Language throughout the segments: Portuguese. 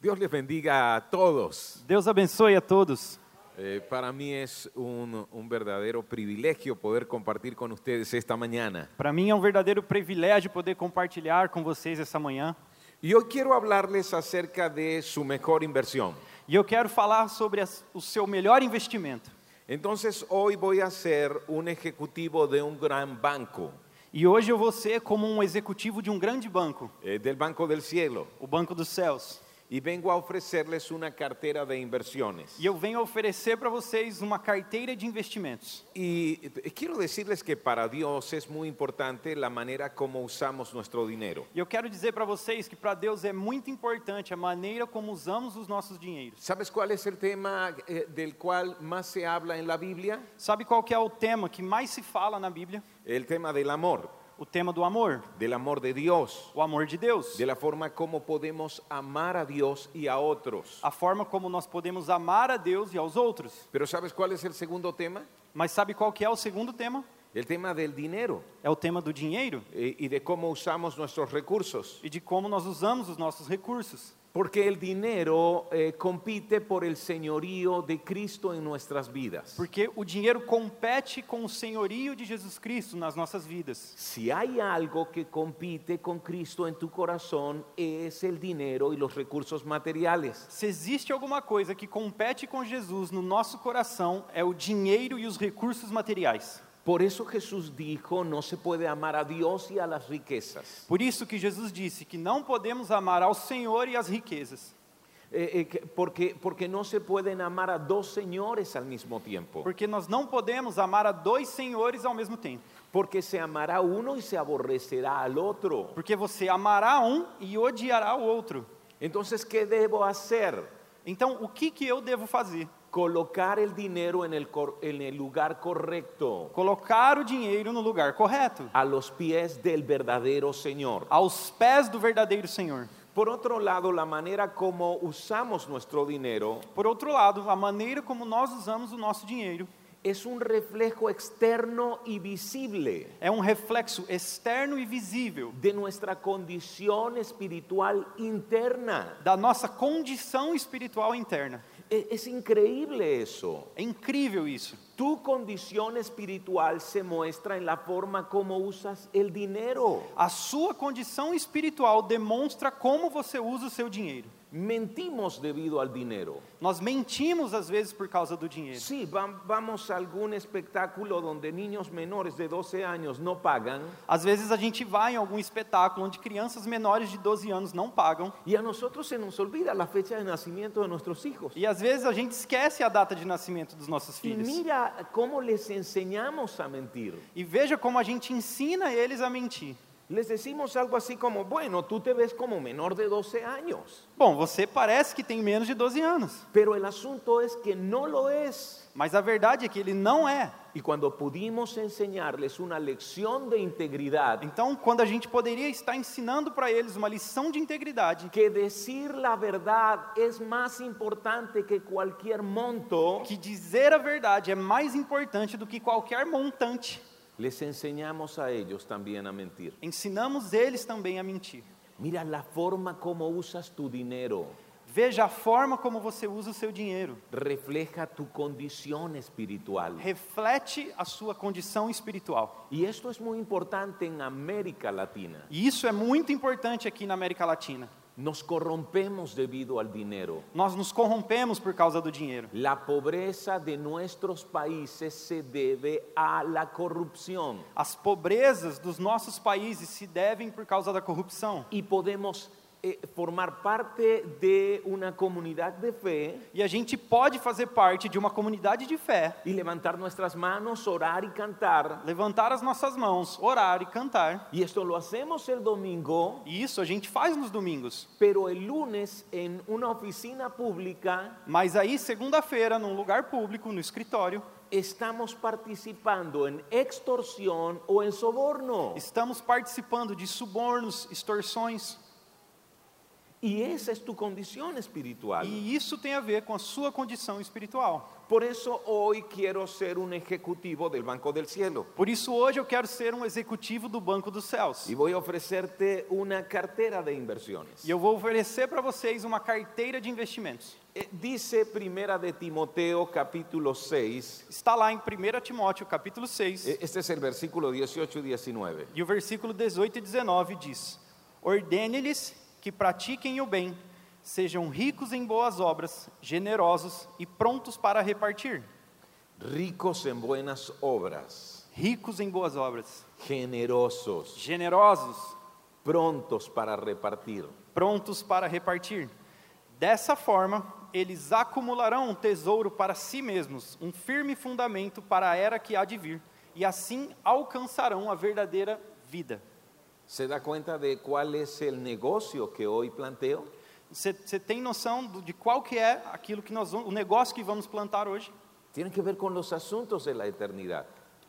Dios les bendiga a todos. Deus abençoe a todos. Eh, para mí es un, un verdadero privilegio poder compartir con ustedes esta mañana. Para mim é um verdadeiro privilégio poder compartilhar com vocês essa manhã. Y hoy quiero hablarles acerca de su mejor inversión. E eu quero falar sobre as- o seu melhor investimento. Entonces hoy voy a ser un ejecutivo de un gran banco, E hoje eu vou ser como um executivo de um grande banco, eh, del Banco del Cielo, o Banco dos Céus. y vengo a ofrecerles una cartera de inversiones. E eu venho oferecer para vocês uma carteira de investimentos. Y eh, quiero decirles que para Dios es muy importante la manera como usamos nuestro dinero. E eu quero dizer para vocês que para Deus é muito importante a maneira como usamos os nossos dinheiros. ¿Sabes cuál es el tema eh, del cual más se habla en la Biblia? Sabe qual que é o tema que mais se fala na Bíblia? El tema del amor, O tema do amor, del amor de Dios, o amor de Deus. de la forma como podemos amar a Dios y a otros. A forma como nós podemos amar a Deus e aos outros. Pero ¿sabes cuál es el segundo tema? Mas sabe qual que é o segundo tema? El tema del dinero É o tema do dinheiro eh, y de cómo usamos nuestros recursos. e de como nós usamos os nossos recursos. Porque el dinero eh, compite por el señorío de Cristo en nuestras vidas. Porque o dinheiro compete com o senhorio de Jesus Cristo nas nossas vidas. Si hay algo que compite con Cristo en tu corazón es el dinero y los recursos materiales. Se existe alguma coisa que compete com Jesus no nosso coração, é o dinheiro e os recursos materiais. Por eso Jesús dijo, no se puede amar a Dios y a las riquezas. Por isso que Jesus disse que não podemos amar ao Senhor e às riquezas, Eh, eh, que- porque, porque no se pueden amar a dos señores al mismo tiempo. porque nós não podemos amar a dois senhores ao mesmo tempo. Porque se amará uno y se aborrecerá al otro. Porque você amará um e odiará o outro. Entonces, ¿qué debo hacer? Então, o que, que eu devo fazer? Colocar el dinero en el, cor- en el lugar correcto, Colocar o dinheiro no lugar correto, a los pies del verdadero Señor. aos pés do verdadeiro Senhor. Por otro lado, la manera como usamos nuestro dinero Por outro lado, a maneira como nós usamos o nosso dinheiro es un reflejo externo y visible é um reflexo externo e visível de nuestra condición espiritual interna. da nossa condição espiritual interna. E- Es, increíble eso. É incrível isso. Tu condición espiritual se muestra en la forma como usas el dinero. A sua condição espiritual demonstra como você usa o seu dinheiro. Mentimos debido al dinero. Nós mentimos às vezes por causa do dinheiro. Sí, vam- vamos a algún espectáculo donde niños menores de 12 años no pagan Às vezes a gente vai em algum espetáculo onde crianças menores de 12 anos não pagam y a nosotros se nos olvida la fecha de nacimiento de nuestros hijos. e às vezes a gente esquece a data de nascimento dos nossos Y filhos. mira cómo les enseñamos a mentir. E veja como a gente ensina eles a mentir. Les decimos algo así como, bueno, tú te ves como menor de 12 años. Bom, você parece que tem menos de 12 anos, Pero el asunto es que no lo es. mas a verdade é que ele não é. Y cuando pudimos enseñarles una lección de integridad, Então, quando a gente poderia estar ensinando para eles uma lição de integridade, que decir la verdad es más importante que cualquier monto, que dizer a verdade é mais importante do que qualquer montante, les enseñamos a ellos también a mentir. ensinamos eles também a mentir. Mira la forma como usas tu dinero, Veja a forma como você usa o seu dinheiro. refleja tu condición espiritual. reflete a sua condição espiritual. Y esto es muy importante en América Latina. E isso é muito importante aqui na América Latina. Nos corrompemos debido al dinero. Nós nos corrompemos por causa do dinheiro. La pobreza de nuestros países se debe a la corrupción As pobrezas dos nossos países se devem por causa da corrupção. y podemos eh, formar parte de una comunidad de fe E a gente pode fazer parte de uma comunidade de fé, y levantar nuestras manos, orar y cantar. levantar as nossas mãos, orar e cantar. Y esto lo hacemos el domingo, E isso a gente faz nos domingos. pero el lunes en una oficina pública Mas aí, segunda-feira, num lugar público, no escritório, estamos participando en extorsión o en soborno. estamos participando de subornos, extorsões. Y esa es tu condición espiritual. E isso tem a ver com a sua condição espiritual. Por eso hoy quiero ser un ejecutivo del Banco del Cielo. Por isso hoje eu quero ser um executivo do Banco dos Céus. Y voy a ofrecerte una cartera de inversiones. E eu vou oferecer para vocês uma carteira de investimentos. Eh, Dice Primera de Timoteo capítulo 6, Está lá em 1 Timóteo, capítulo 6, eh, este es el versículo 18 y 19. e o versículo 18 e 19 diz: Ordene-lhes que pratiquem o bem, sejam ricos em boas obras, generosos e prontos para repartir. Ricos en buenas obras, Ricos em boas obras, generosos, generosos, prontos para repartir. prontos para repartir. Dessa forma, eles acumularão um tesouro para si mesmos, um firme fundamento para a era que há de vir, e assim alcançarão a verdadeira vida. ¿Se da cuenta de cuál es el negocio que hoy planteo? Você você tem noção do- de qual que é aquilo que nós vamos, o negócio que vamos plantar hoje? Tiene que ver con los asuntos de la eternidad.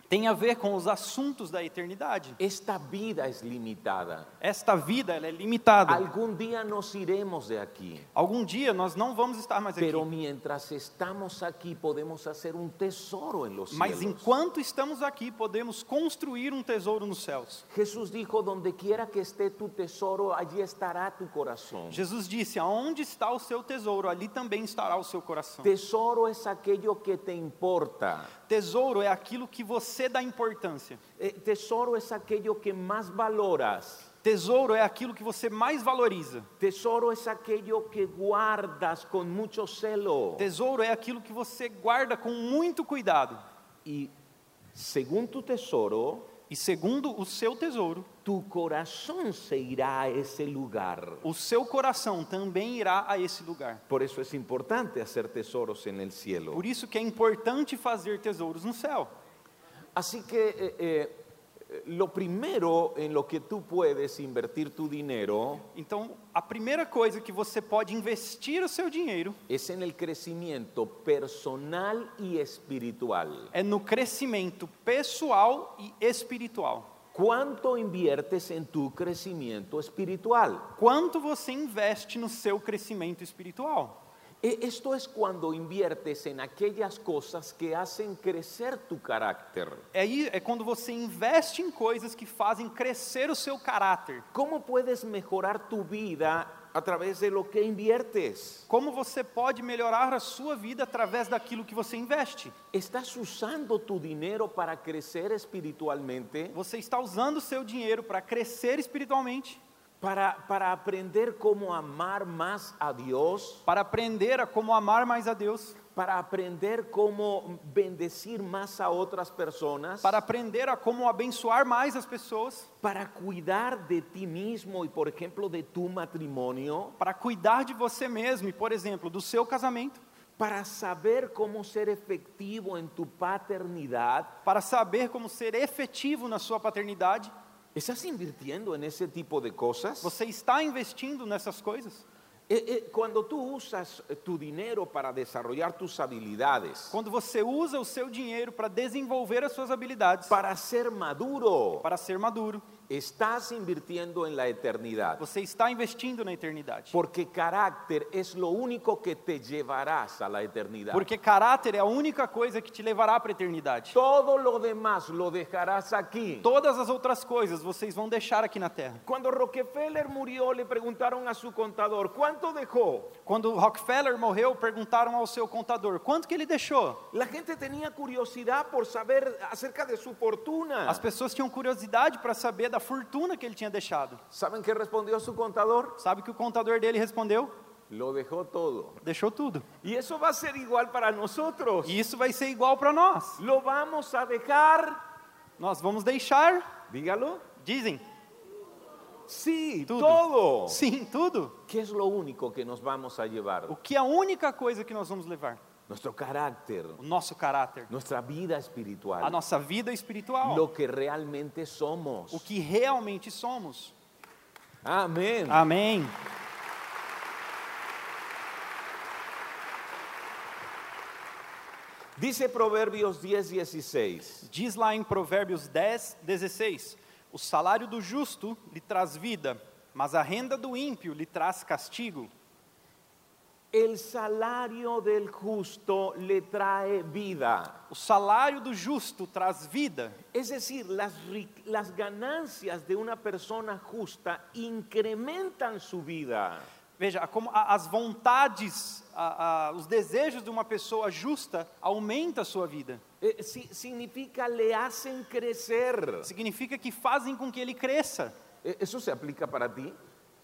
Tem a ver com os assuntos da eternidade. Esta vida es limitada. Esta vida ela é limitada. Algún día nos iremos de aquí. Algum dia nós não vamos estar mais aqui. Pero mientras estamos aquí podemos hacer un tesoro en los Mas cielos. enquanto estamos aqui, podemos construir um tesouro nos céus. Jesús dijo, donde quiera que esté tu tesoro, allí estará tu corazón. Jesus disse: Aonde está o seu tesouro, ali também estará o seu coração. Tesoro es aquello que te importa. Tesouro é aquilo que você dá importância. Eh, tesoro es aquello que más valoras. Tesouro é aquilo que você mais valoriza. Tesoro es aquello que guardas con mucho celo. Tesouro é aquilo que você guarda com muito cuidado. Y según tu tesoro, E segundo o seu tesouro, tu corazón se irá a ese lugar. o seu coração também irá a esse lugar. Por eso es importante hacer tesoros en el cielo. Por isso que é importante fazer tesouros no céu. Así que eh, eh, eh, lo primero en lo que tú puedes invertir tu dinero Então, a primeira coisa que você pode investir o seu dinheiro es en el crecimiento personal y espiritual. é no crescimento pessoal e espiritual. ¿Cuánto inviertes en tu crecimiento espiritual? Quanto você investe no seu crescimento espiritual? E- Esto es cuando inviertes en aquellas cosas que hacen crecer tu carácter. É, aí- é quando você investe em coisas que fazem crescer o seu caráter. ¿Cómo puedes mejorar tu vida a través de lo que inviertes? Como você pode melhorar a sua vida através daquilo que você investe? ¿Estás usando tu dinero para crecer espiritualmente? Você está usando o seu dinheiro para crescer espiritualmente, para, para aprender cómo amar más a Dios, para aprender a como amar mais a Deus, para aprender cómo bendecir más a otras personas, para aprender a como abençoar mais as pessoas, para cuidar de ti mismo y por ejemplo de tu matrimonio, para cuidar de você mesmo e, por exemplo, do seu casamento, para saber cómo ser efectivo en tu paternidad. para saber como ser efetivo na sua paternidade. ¿Estás invirtiendo en ese tipo de cosas? Você está investindo nessas coisas? Eh, eh, cuando tú usas eh, tu dinero para desarrollar tus habilidades, Quando você usa o seu dinheiro para desenvolver as suas habilidades, para ser maduro, para ser maduro, estás invirtiendo en la eternidad. você está investindo na eternidade. Porque carácter es lo único que te llevarás a la eternidad. Porque caráter é a única coisa que te levará para a eternidade. todo lo demás lo dejarás aquí. Todas as outras coisas vocês vão deixar aqui na terra. Cuando Rockefeller murió, le preguntaron a su contador, ¿cuánto dejó? Quando Rockefeller morreu, perguntaram ao seu contador quanto que ele deixou. La gente tenía curiosidad por saber acerca de su fortuna. As pessoas tinham curiosidade para saber da fortuna que ele tinha deixado. ¿Saben qué respondió su contador? Sabe o que o contador dele respondeu? Lo dejó todo. Deixou tudo. Y eso va a ser igual para nosotros. E isso vai ser igual para nós. Lo vamos a dejar, Nós vamos deixar, dígalo. dizem, Sí, Todo. todo. sim, tudo. ¿Qué es lo único que nos vamos a llevar? O que é a única coisa que nós vamos levar? Nuestro carácter. O nosso caráter, nuestra vida espiritual, a nossa vida espiritual, lo que realmente somos. o que realmente somos. Amén. Amém. Dice Proverbios 10, 16. Diz lá em Provérbios 10, 16: O salário do justo lhe traz vida, mas a renda do ímpio lhe traz castigo. El salario del justo le trae vida. O salário do justo traz vida. Es decir, las, ri- las ganancias de una persona justa incrementan su vida. Veja, a como a- as vontades, a- a- os desejos de uma pessoa justa aumenta a sua vida. Eh, si- significa le hacen crecer. Significa que fazem com que ele cresça. Eh, ¿Eso se aplica para ti?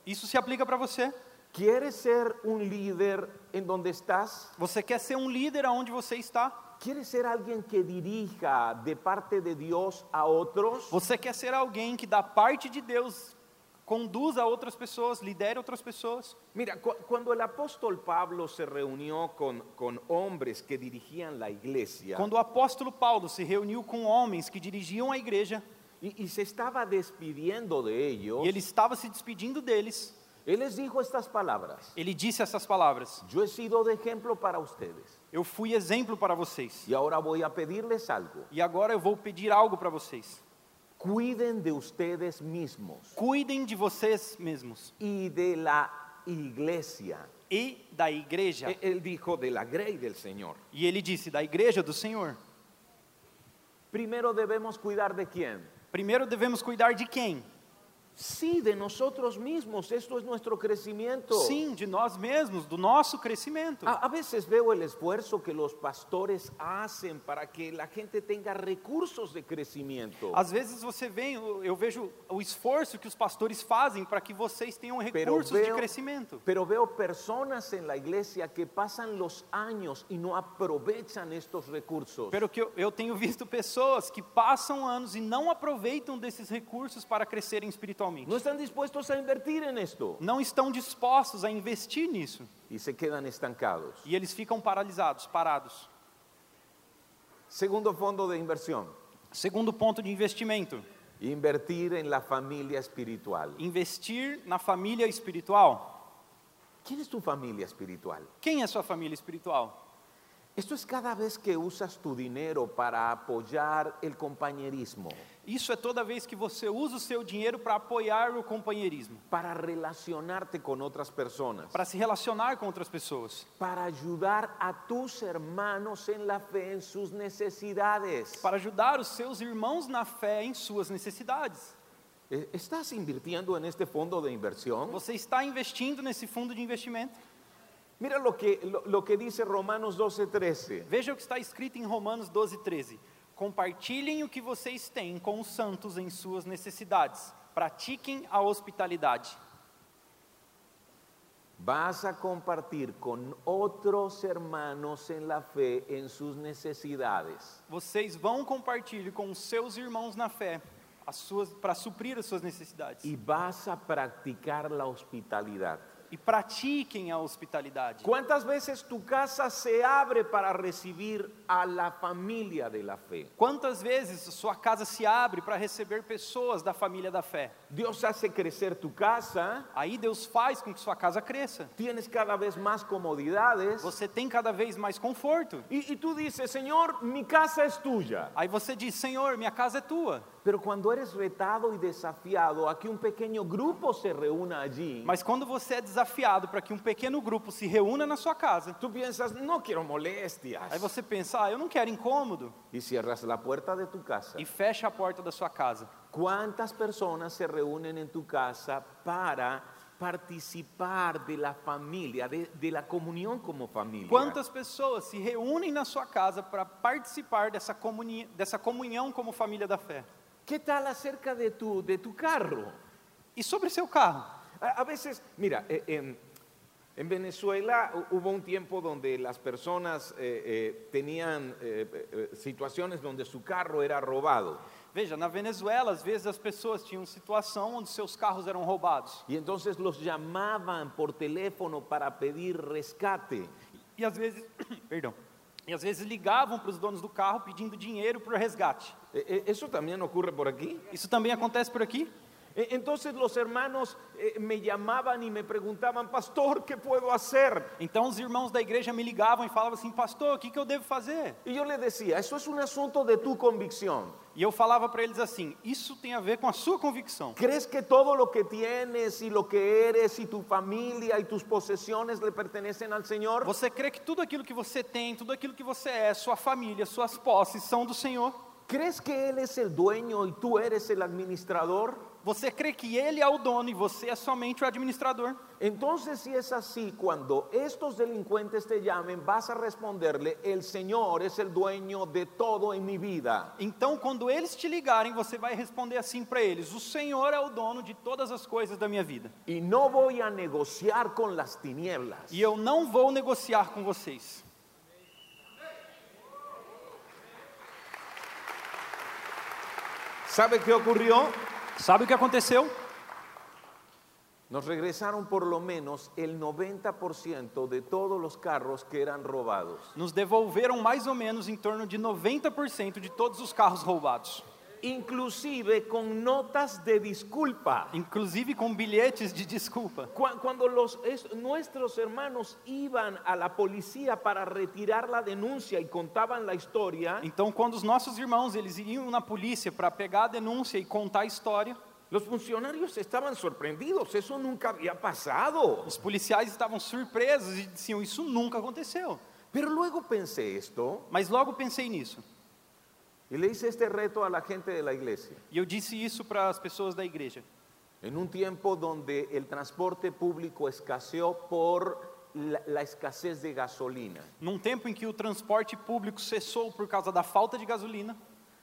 Isso se aplica para você. ¿Quieres ser un líder en donde estás? Você quer ser um líder aonde você está? ¿Quieres ser alguien que dirija de parte de Dios a otros? Você quer ser alguém que da parte de Deus conduza outras pessoas, lidere outras pessoas? Mira, cu- cuando el apóstol Pablo se reunió con, con hombres que dirigían la iglesia Quando o apóstolo Paulo se reuniu com homens que dirigiam a igreja y, y se estaba despidiendo de ellos, e ele estava se despedindo deles, él les dijo estas palabras. ele disse essas palavras: Yo he sido de ejemplo para ustedes Eu fui exemplo para vocês y ahora voy a pedirles algo. e agora eu vou pedir algo para vocês. Cuiden de ustedes mismos Cuidem de vocês mesmos y de la iglesia. e da igreja. E- Él dijo de la grey del Señor. E ele disse: Da igreja do Senhor. Primero debemos cuidar de quién? Primeiro devemos cuidar de quem? Sí, de nosotros mismos. Esto es nuestro crescimiento. Sim, de nós mesmos, do nosso crescimento. A, a veces veo el esfuerzo que los pastores hacen para que la gente tenga recursos de crescimiento. Às vezes você vem, eu eu vejo o esforço que os pastores fazem para que vocês tenham Pero recursos de veo, crescimento. pero veo personas en la iglesia que pasan los años y no aprovechan estos recursos. Pelo que eu, eu tenho visto pessoas que passam anos e não aproveitam desses recursos para crescerem espiritualmente. no están dispuestos a invertir en esto Não estão dispostos a investir nisso y se quedan estancados. e eles ficam paralisados, parados. Segundo fondo de inversión, Segundo ponto de investimento: invertir en la familia espiritual. investir na família espiritual. ¿Quién es tu familia espiritual? Quem é sua família espiritual? Esto es cada vez que usas tu dinero para apoyar el compañerismo, Isso é toda vez que você usa o seu dinheiro para apoiar o companheirismo, para relacionarte con otras personas, para se relacionar com outras pessoas. para ayudar a tus hermanos en la fe en sus necesidades. para ajudar os seus irmãos na fé em suas necessidades. Eh, ¿Estás invirtiendo en este fondo de inversión? Você está investindo nesse fundo de investimento? Mira lo que, lo, lo que dice Romanos 12:13. Veja o que está escrito em Romanos 12, 13. Compartilhem o que vocês têm com os santos em suas necessidades. Pratiquem a hospitalidade. Vas a compartir con otros hermanos en la fe en sus necesidades. Vocês vão compartilhar com os seus irmãos na fé as suas para suprir as suas necessidades. y vas a practicar la hospitalidad. E pratiquem a hospitalidade. ¿Cuántas veces tu casa se abre para recibir a la familia de la fe? Quantas vezes sua casa se abre para receber pessoas da família da fé? Dios hace crecer tu casa, Aí Deus faz com que sua casa cresça. tienes cada vez más comodidades Você tem cada vez mais conforto. y, y tú dices, Señor, mi casa es tuya. Aí você diz: Senhor, minha casa é tua. Pero cuando eres retado y desafiado a que un pequeño grupo se reúna allí, Mas quando você é desafiado para que um pequeno grupo se reúna na sua casa, tú piensas, no quiero molestias. aí você pensa: ah, eu não quero incômodo. Y cierras la puerta de tu casa. E fecha a porta da sua casa. ¿Cuántas personas se reúnen en tu casa para participar de la familia, de, de la comunión como familia? Quantas pessoas se reúnem na sua casa para participar dessa, comuni dessa comunhão como família da fé? ¿Qué tal acerca de tu, de tu carro? E sobre seu carro? A, a veces, mira, eh, en, en Venezuela hu- hubo un tiempo donde las personas eh, eh, tenían eh, eh, situaciones donde su carro era robado. Veja, na Venezuela, às vezes as pessoas tinham situação onde seus carros eram roubados. Y entonces los llamaban por teléfono para pedir rescate. E às vezes, perdão, e às vezes ligavam para os donos do carro pedindo dinheiro para o resgate. Eh, eh, ¿Eso E, también ocurre por aquí? Isso também acontece por aqui? E- Entonces los hermanos eh, me llamaban y me preguntaban, pastor, ¿qué puedo hacer? Então os irmãos da igreja me ligavam e falavam assim, pastor, o que, que eu devo fazer? Y yo les decía, eso es un asunto de tu convicción. E eu falava para eles assim, isso tem a ver com a sua convicção. ¿Crees que todo lo que tienes y lo que eres y tu familia y tus posesiones le pertenecen al Señor? Você crê que tudo aquilo que você tem, tudo aquilo que você é, sua família, suas posses são do Senhor? ¿Crees que Él es el dueño y tú eres el administrador? Você crê que Ele é o dono e você é somente o administrador? Entonces si es así, cuando estos delincuentes te llamen, vas a responderle, el Señor es el dueño de todo en mi vida. Então, quando eles te ligarem, você vai responder assim para eles: O Senhor é o dono de todas as coisas da minha vida. Y no voy a negociar con las tinieblas. E eu não vou negociar com vocês. ¿Sabe qué ocurrió? Sabe o que aconteceu? Nos regresaron por lo menos el 90% de todos los carros que eran robados. Nos devolveram mais ou menos em torno de 90% de todos os carros roubados, Inclusive con notas de disculpa. inclusive com bilhetes de desculpa. Cu- Cuando los, es- nuestros hermanos iban a la policía para retirar la denuncia y contaban la historia, Então, quando os nossos irmãos eles iriam na polícia para pegar a denúncia e contar a história, los funcionarios estaban sorprendidos, eso nunca había pasado. os policiais estavam surpresos e diziam: Isso nunca aconteceu. Pero luego pensé esto Mas logo pensei nisso. y le hice este reto a la gente de la iglesia. E eu disse isso para as pessoas da igreja. En un tiempo donde el transporte público escaseó por la, la escasez de gasolina, Num tempo em que o transporte público cessou por causa da falta de gasolina,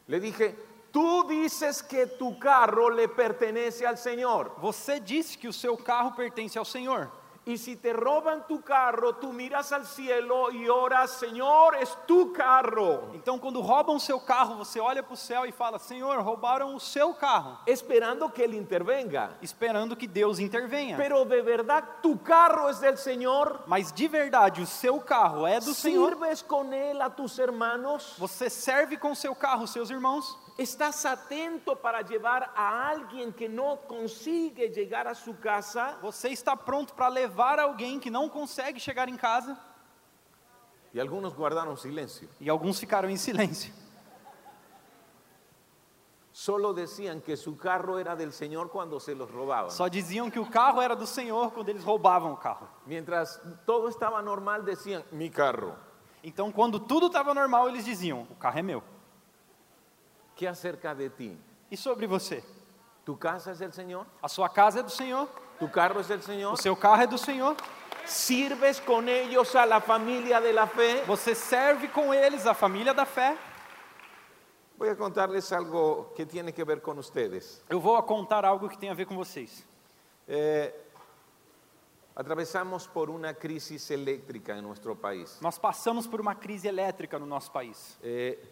le dije, tú dices que tu carro le pertenece al Señor. você disse que o seu carro pertence ao Senhor. Y si te roban tu carro, tú miras al cielo y oras, Señor, es tu carro. Então, quando roubam o seu carro, você olha para o céu e fala: Senhor, roubaram o seu carro, Esperando que Él intervenga. esperando que Deus intervenha. Pero de verdad, tu carro es del Señor. Mas de verdade, o seu carro é do Senhor. ¿Sirves con Él a tus hermanos? Você serve com o seu carro os seus irmãos? ¿Estás atento para llevar a alguien que no consigue llegar a su casa? Você está pronto para levar alguém que não consegue chegar em casa? Y algunos guardaron silencio. E alguns ficaram em silêncio. Solo decían que su carro era del Señor cuando se los robaban. Só diziam que o carro era do Senhor quando eles roubavam o carro. Mientras todo estaba normal, decían, mi carro. Então, quando tudo estava normal, eles diziam: O carro é meu. ¿Qué acerca de ti? E sobre você? ¿Tu casa es del Señor? A sua casa é do Senhor? ¿Tu carro es del Señor? O seu carro é do Senhor? ¿Sirves con ellos a la familia de la fe? Você serve com eles a família da fé? Voy a contarles algo que tiene que ver con ustedes. Eu vou contar algo que tem a ver com vocês. Eh, atravesamos por una crisis eléctrica en nuestro país. Nós passamos por uma crise elétrica no nosso país. Eh,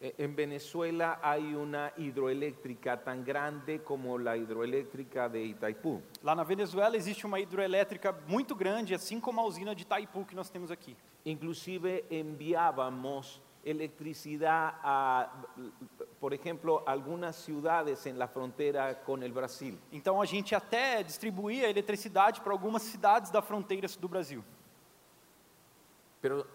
eh, en Venezuela hay una hidroeléctrica tan grande como la hidroeléctrica de Itaipú. Lá na Venezuela existe uma hidroelétrica muito grande, assim como a usina de Taipu que nós temos aqui. Inclusive enviábamos electricidad a, por ejemplo, algunas ciudades en la frontera con el Brasil. Então a gente até distribuía eletricidade para algumas cidades da fronteira do Brasil. Pero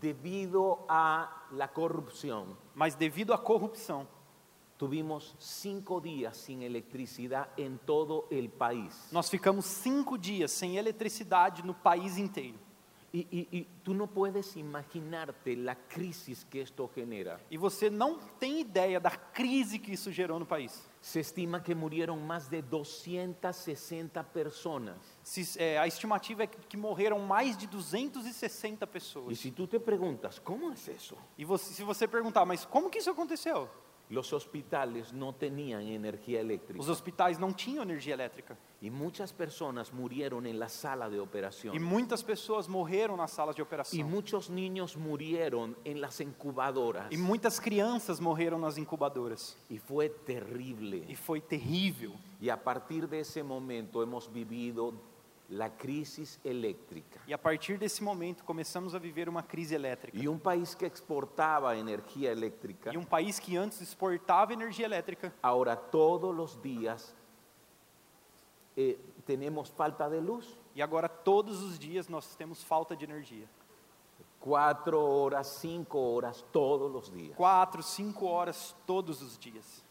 debido a la corrupción, Mas devido à corrupção, tuvimos cinco días sin electricidad en todo el país. nós ficamos cinco dias sem eletricidade no país inteiro. Y, y- y tú no puedes imaginarte la crisis que esto genera. E você não tem ideia da crise que isso gerou no país. Se estima que murieron más de 260 personas. Se- é, a estimativa é que que morreram mais de 260 Y pessoas. si tú te preguntas, ¿cómo es eso? E você- se você perguntar, mas como que isso aconteceu? Los hospitales no tenían energía Os eléctrica hospitais não tinham energia elétrica. y muchas personas murieron en la sala de E operación. muitas pessoas morreram nas salas Y de operação. muchos niños murieron en las incubadoras. E muitas crianças morreram nas incubadoras. Y fue terrible. E foi terrível. Y a partir de ese momento hemos vivido la crisis eléctrica. E a partir desse momento começamos a viver uma crise elétrica. Y un país que exportava energía eléctrica, E um país que antes exportava energia elétrica, ahora todos los días eh, tenemos falta de luz. E agora todos os dias nós temos falta de energia. Cuatro horas, cinco horas todos los días. Quatro, cinco horas todos os dias.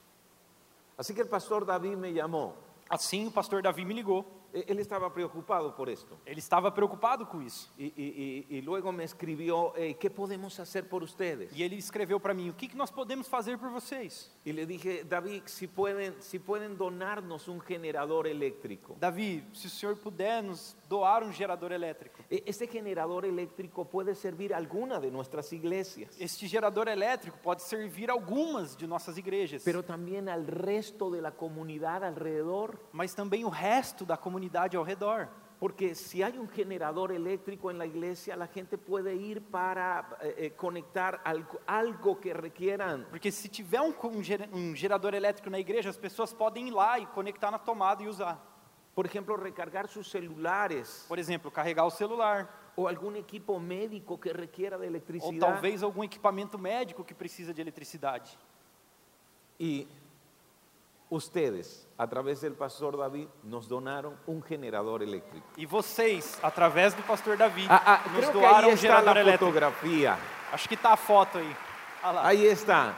Así que el pastor David me llamó. Assim, o pastor Davi me ligou. E- Él estaba preocupado por esto. Ele estava preocupado com isso. Y, y- y- y luego me escribió, "Hey, ¿qué podemos hacer por ustedes? E ele escreveu para mim: o que, que nós podemos fazer por vocês? Y le dije, David, si pueden, si pueden donarnos un generador eléctrico. Davi, se o senhor puder nos doar um gerador elétrico. E- Este generador eléctrico puede servir a alguna de nuestras iglesias, Este gerador elétrico pode servir algumas de nossas igrejas, pero también al resto de la comunidad alrededor. mas também o resto da comunidade ao redor. Porque si hay un generador eléctrico en la iglesia, la gente puede ir para eh, eh, conectar algo, algo que requieran. Porque se tiver um, co- um gera- um gerador elétrico na igreja, as pessoas podem ir lá e conectar na tomada e usar. Por ejemplo, recargar sus celulares Por exemplo, carregar o celular, o algún equipo médico que requiera de ou electricidad. talvez algum equipamento médico que precisa de eletricidade. Y ustedes, a través del pastor David, nos donaron un generador eléctrico. E vocês, através do pastor Davi, Ah, ah, nos creo que ahí doaram um está gerador la elétrico. fotografía. Acho que tá a foto aí. Olha lá. Ahí está.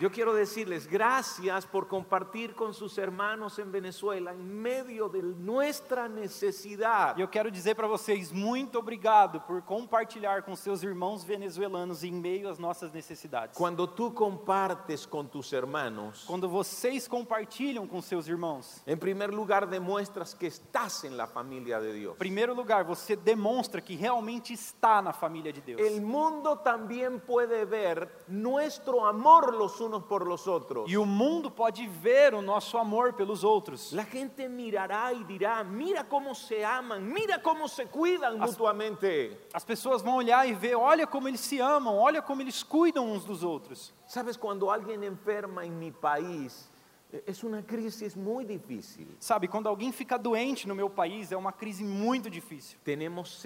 Yo quiero decirles gracias por compartir con sus hermanos en Venezuela en medio de nuestra necesidad. E eu quero dizer para vocês muito obrigado por compartilhar com seus irmãos venezuelanos em meio às nossas necessidades. Cuando tú compartes con tus hermanos, Quando vocês compartilham com seus irmãos, en primer lugar demuestras que estás en la familia de Dios. em primeiro lugar, você demonstra que realmente está na família de Deus. El mundo también puede ver nuestro amor los unos por los otros. E o mundo pode ver o nosso amor pelos outros. La gente mirará y dirá, mira cómo se aman, mira cómo se cuidan As- mutuamente. As pessoas vão olhar e ver, olha como eles se amam, olha como eles cuidam uns dos outros. Sabes, cuando alguien enferma en mi país, eh, es una crisis muy difícil. Sabe, quando alguém fica doente no meu país, é uma crise muito difícil. Tenemos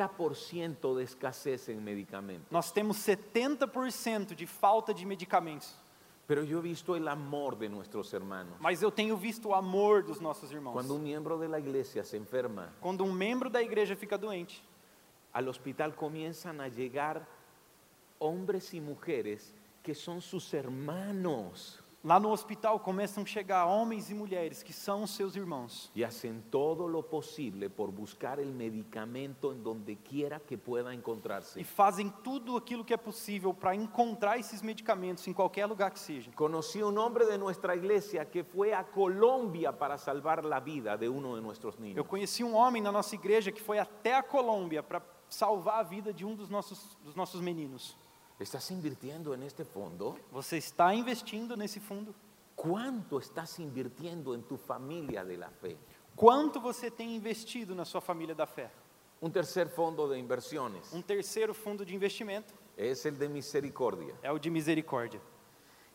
70% de escasez en medicamentos. Nós temos 70% de falta de medicamentos. Pero yo he visto el amor de nuestros hermanos. Mas eu tenho visto o amor dos nossos irmãos. Cuando Quando, un miembro de la iglesia se enferma, um membro da igreja fica doente, al hospital comienzan a llegar hombres y mujeres que son sus hermanos lá no hospital começam a chegar homens e mulheres que são os seus irmãos. y hacen todo lo posible por buscar el medicamento en donde quiera que pueda E encontrarse. fazem tudo aquilo que é possível para encontrar esses medicamentos em qualquer lugar que seja. Conocí un hombre de nuestra iglesia que fue a Colombia para salvar la vida de uno de nuestros Eu niños. conheci um homem na nossa igreja que foi até a Colômbia para salvar a vida de um dos nossos, dos nossos meninos. ¿Estás invirtiendo en este fondo? Você está investindo nesse fundo? ¿Cuánto estás invirtiendo en tu familia de la fe? Quanto você tem investido na sua família da fé? Un tercer fondo de inversiones Um terceiro fundo de investimento es el de misericordia. é o de misericórdia.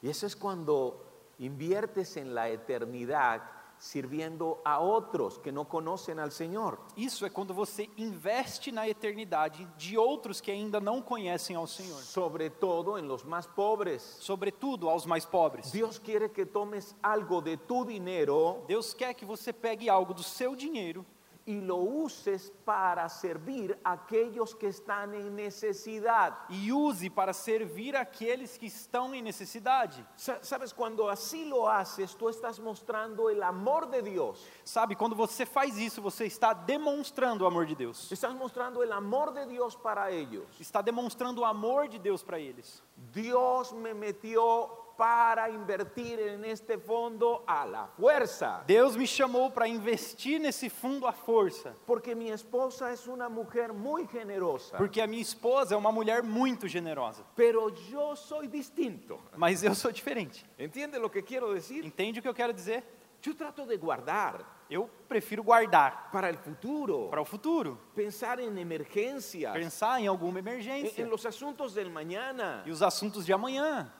Y eso es cuando inviertes en la eternidad sirviendo a otros que no conocen al Señor. Isso é quando você investe na eternidade de outros que ainda não conhecem ao Senhor, Sobre todo en los más pobres. sobretudo aos mais pobres. Dios quiere que tomes algo de tu dinero Deus quer que você pegue algo do seu dinheiro y lo uses para servir a aquellos que están en necesidad. e use para servir aqueles que estão em necessidade. Sa- Sabes, cuando así lo haces, tú estás mostrando el amor de Dios. Sabe, quando você faz isso, você está demonstrando o amor de Deus. Estás mostrando el amor de Dios para ellos. Está demonstrando o amor de Deus para eles. Dios me metió para invertir en este fondo a la fuerza. Deus me chamou para investir nesse fundo à força, Porque mi esposa es una mujer muy generosa. porque a minha esposa é uma mulher muito generosa, Pero yo soy distinto. mas eu sou diferente. ¿Entiende lo que quiero decir? Entende o que eu quero dizer? Yo trato de guardar Eu prefiro guardar para el futuro, para o futuro, pensar en emergencias, en, pensar em alguma en emergência los asuntos del mañana. e os assuntos de amanhã.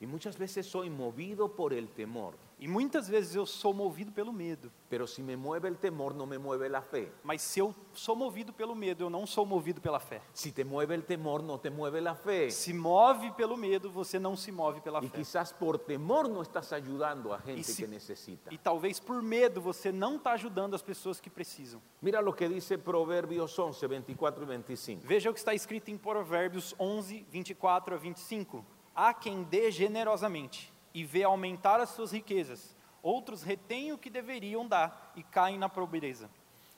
Y muchas veces soy movido por el temor. E E muitas vezes eu sou movido pelo medo. Pero si me mueve el temor, no me mueve la fe. Mas se eu sou movido pelo medo, eu não sou movido pela fé. Si te mueve el temor, no te mueve la fe. Se move pelo medo, você não se move pela Y fé. quizás por temor no estás ayudando a gente si- que necesita. E talvez por medo você não está ajudando as pessoas que precisam. Mira lo que dice Proverbios 11, 24 y 25. Veja o que está escrito em Provérbios 11, 24 a 25. Há quem dê generosamente e vê aumentar as suas riquezas. Outros retêm o que deveriam dar e caem na pobreza.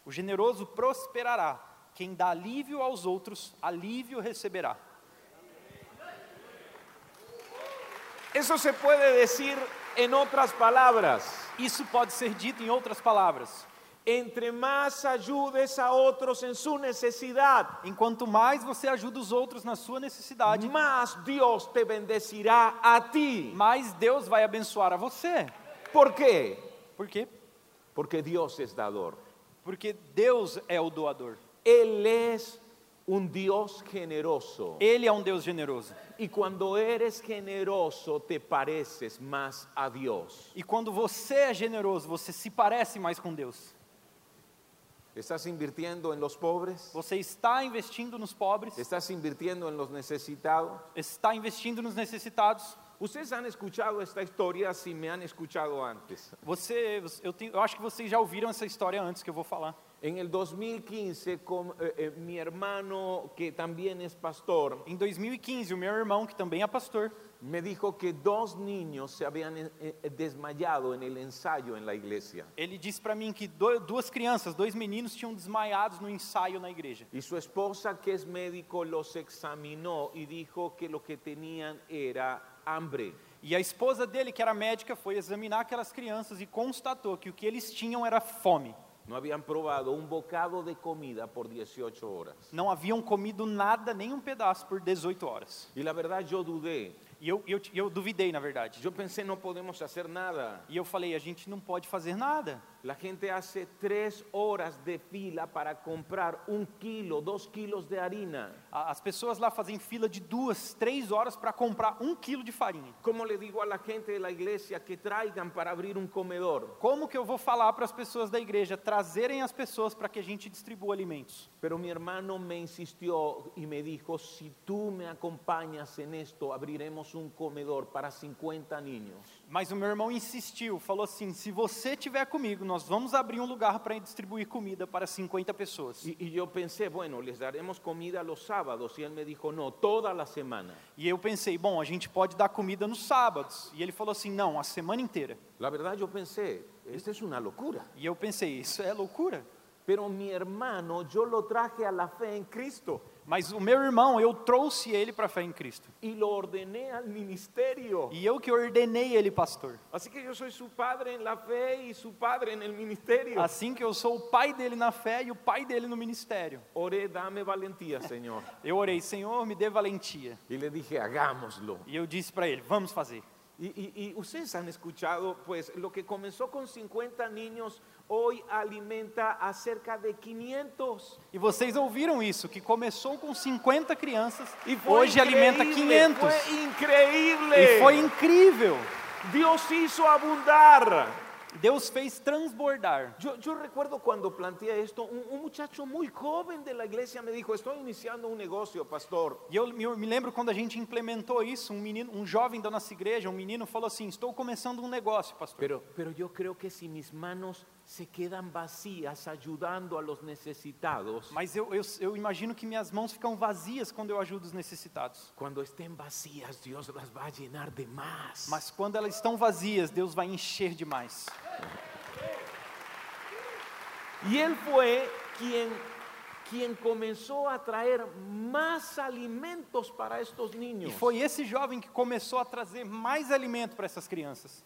O generoso prosperará. Quem dá alívio aos outros, alívio receberá. Eso se puede decir en otras palabras. Isso pode ser dito em outras palavras. Entre más ayudes a otros en su necesidad, Enquanto mais você ajuda os outros na sua necessidade, más Dios te bendecirá a ti. mais Deus vai abençoar a você. ¿Por qué? Por quê? Porque Dios es dador. Porque Deus é o doador. Él es un Dios generoso. Ele é um Deus generoso. Y cuando eres generoso te pareces más a Dios. E quando você é generoso, você se parece mais com Deus. ¿Estás invirtiendo en los pobres? Você está investindo nos pobres, ¿Estás invirtiendo en los necesitados? está investindo nos necessitados. Ustedes han escuchado esta historia si me han escuchado antes. Você, eu, tenho, eu acho que vocês já ouviram essa história antes que eu vou falar. En el 2015, con, eh, eh, mi hermano, que también es pastor, Em 2015, o meu irmão, que também é pastor, me dijo que dos niños se habían eh, eh, desmayado en el ensayo en la iglesia. ele disse para mim que do- duas crianças, dois meninos, tinham desmaiados no ensaio na igreja. Y su esposa, que es médico, los examinó y dijo que lo que tenían era hambre. E a esposa dele, que era médica, foi examinar aquelas crianças e constatou que o que eles tinham era fome. No habían probado un bocado de comida por 18 horas. Não haviam comido nada, nem um pedaço, por 18 horas. Y la verdad yo dudé. E eu, eu, eu duvidei, na verdade. Yo pensé no podemos hacer nada. E eu falei, a gente não pode fazer nada. La gente hace tres horas de fila para comprar un kilo, dos kilos de harina. A- As pessoas lá fazem fila de duas, três horas para comprar um quilo de farinha. ¿Cómo le digo a la gente de la iglesia que traigan para abrir un comedor? Como que eu vou falar para as pessoas da igreja trazerem as pessoas para que a gente distribua alimentos? Pero mi hermano me insistió y me dijo, si tú me acompañas en esto, abriremos un comedor para 50 niños. Mas o meu irmão insistiu, falou assim: se você tiver comigo, nós vamos abrir um lugar para distribuir comida para 50 pessoas. E, Y, y yo pensé, bueno, les daremos comida los sábados. Y él me dijo, no, toda la semana. e eu pensei: bom, a gente pode dar comida nos sábados. E ele falou assim: não, a semana inteira. La verdad yo pensé, esta es una locura. E eu pensei: isso é loucura. Pero mi hermano, yo lo traje a la fe en Cristo Mas o meu irmão, eu trouxe ele para a fé em Cristo. y lo ordené al ministerio. E eu que ordenei ele pastor. Así que yo soy su padre en la fe y su padre en el ministerio. Assim que eu sou o pai dele na fé e o pai dele no ministério. Oré, dame valentía, Señor. Eu orei, Senhor, me dê valentia. Y le dije, hagámoslo. E eu disse para ele, vamos fazer. Y, y- y ustedes han escuchado, pues, lo que comenzó con 50 niños, hoy alimenta a cerca de 500. E vocês ouviram isso, que começou com 50 crianças Y e fue hoje alimenta increíble, 500. Fue increíble. E foi incrível. Dios hizo abundar. Deus fez transbordar. Yo, yo recuerdo cuando planteé esto, un, un muchacho muy joven de la iglesia me dijo, estoy iniciando un negocio, pastor. E eu me, me lembro quando a gente implementou isso, um menino, um jovem da nossa igreja, um menino falou assim: "Estou começando um negócio, pastor". Pero, pero yo creo que si mis manos se quedan vacías ayudando a los necesitados, Mas eu, eu, eu imagino que minhas mãos ficam vazias quando eu ajudo os necessitados. cuando estén vacías, Dios las va a llenar de más. Mas quando elas estão vazias, Deus vai encher demais. Y él fue quien, quien comenzó a traer más alimentos para estos E niños. foi esse jovem que começou a trazer mais alimento para essas crianças.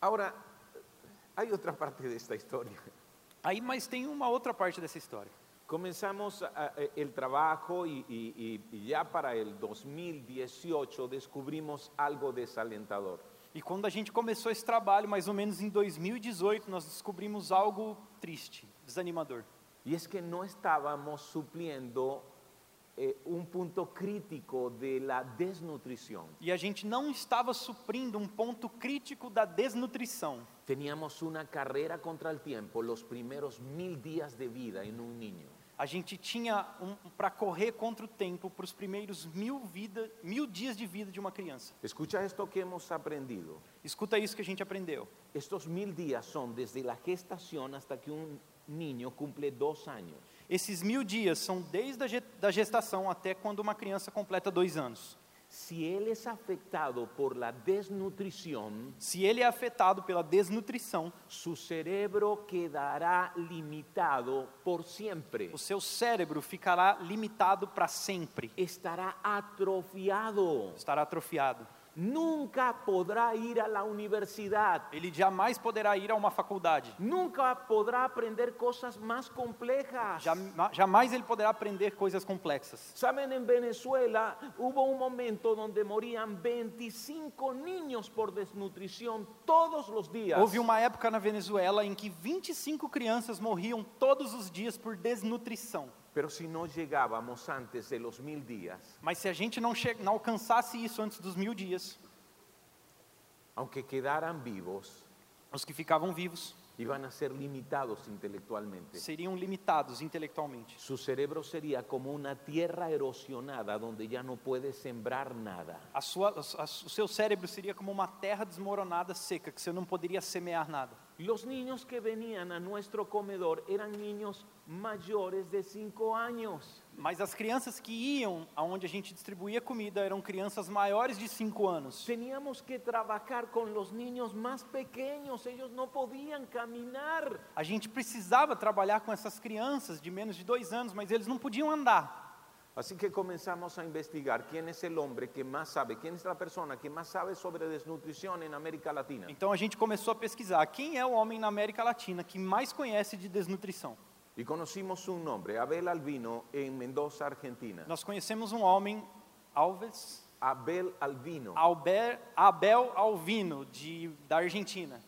Ahora, hay otra parte de esta historia. Aí, mas tem uma outra parte dessa história. Comenzamos ah, eh, el trabajo y, y- y- y ya para el 2018 descubrimos algo desalentador. E quando a gente começou esse trabalho, mais ou menos em 2018, nós descobrimos algo triste, desanimador. Y es que no estábamos supliendo eh, un punto crítico de la desnutrición. E a gente não estava suprindo um ponto crítico da desnutrição. Teníamos una carrera contra el tiempo los primeros mil días de vida en un niño. A gente tinha um, para correr contra o tempo para os primeiros mil, vida, mil dias de vida de uma criança. Escucha esto que hemos aprendido. Escuta isso que a gente aprendeu. Estos mil días son desde la gestación hasta que un niño cumple dos años. Esses mil dias são desde a ge- da gestação até quando uma criança completa dois anos. Si él es afectado por la desnutrición, Se ele é afetado pela desnutrição, su cerebro quedará limitado por siempre. o seu cérebro ficará limitado para sempre, Estará atrofiado. estará atrofiado. Nunca podrá ir a la universidad. Ele jamais poderá ir a uma faculdade, Nunca podrá aprender cosas más complejas. Jama- jamais ele poderá aprender coisas complexas. Saben, en Venezuela hubo un momento donde morían 25 niños por desnutrición todos los días. Houve uma época na Venezuela em que 25 crianças morriam todos os dias por desnutrição. Pero si no llegábamos antes de los mil días, Mas se a gente não, che- não alcançasse isso antes dos mil dias, aunque quedaran vivos, os que ficavam vivos iban a ser limitados intelectualmente. seriam limitados intelectualmente. Su cerebro sería como una tierra erosionada donde ya no puede sembrar nada. A sua, a- a- o seu cérebro seria como uma terra desmoronada seca, que você não poderia semear nada. Los niños que venían a nuestro comedor eran niños mayores de 5 años. Mas as crianças que iam aonde a gente distribuía comida eram crianças maiores de 5 anos. Teníamos que trabajar con los niños más pequeños, ellos no podían caminar. A gente precisava trabalhar com essas crianças de menos de 2 anos, mas eles não podiam andar. Así que comenzamos a investigar quién es el hombre que más sabe, quién es la persona que más sabe sobre desnutrición en América Latina. Então a gente começou a pesquisar quem é o homem na América Latina que mais conhece de desnutrição. Y conocimos un nombre, Abel Albino, en Mendoza, Argentina. Nós conhecemos um homem, Alves, Abel Albino. Albert, Abel Alvino, de, da Argentina.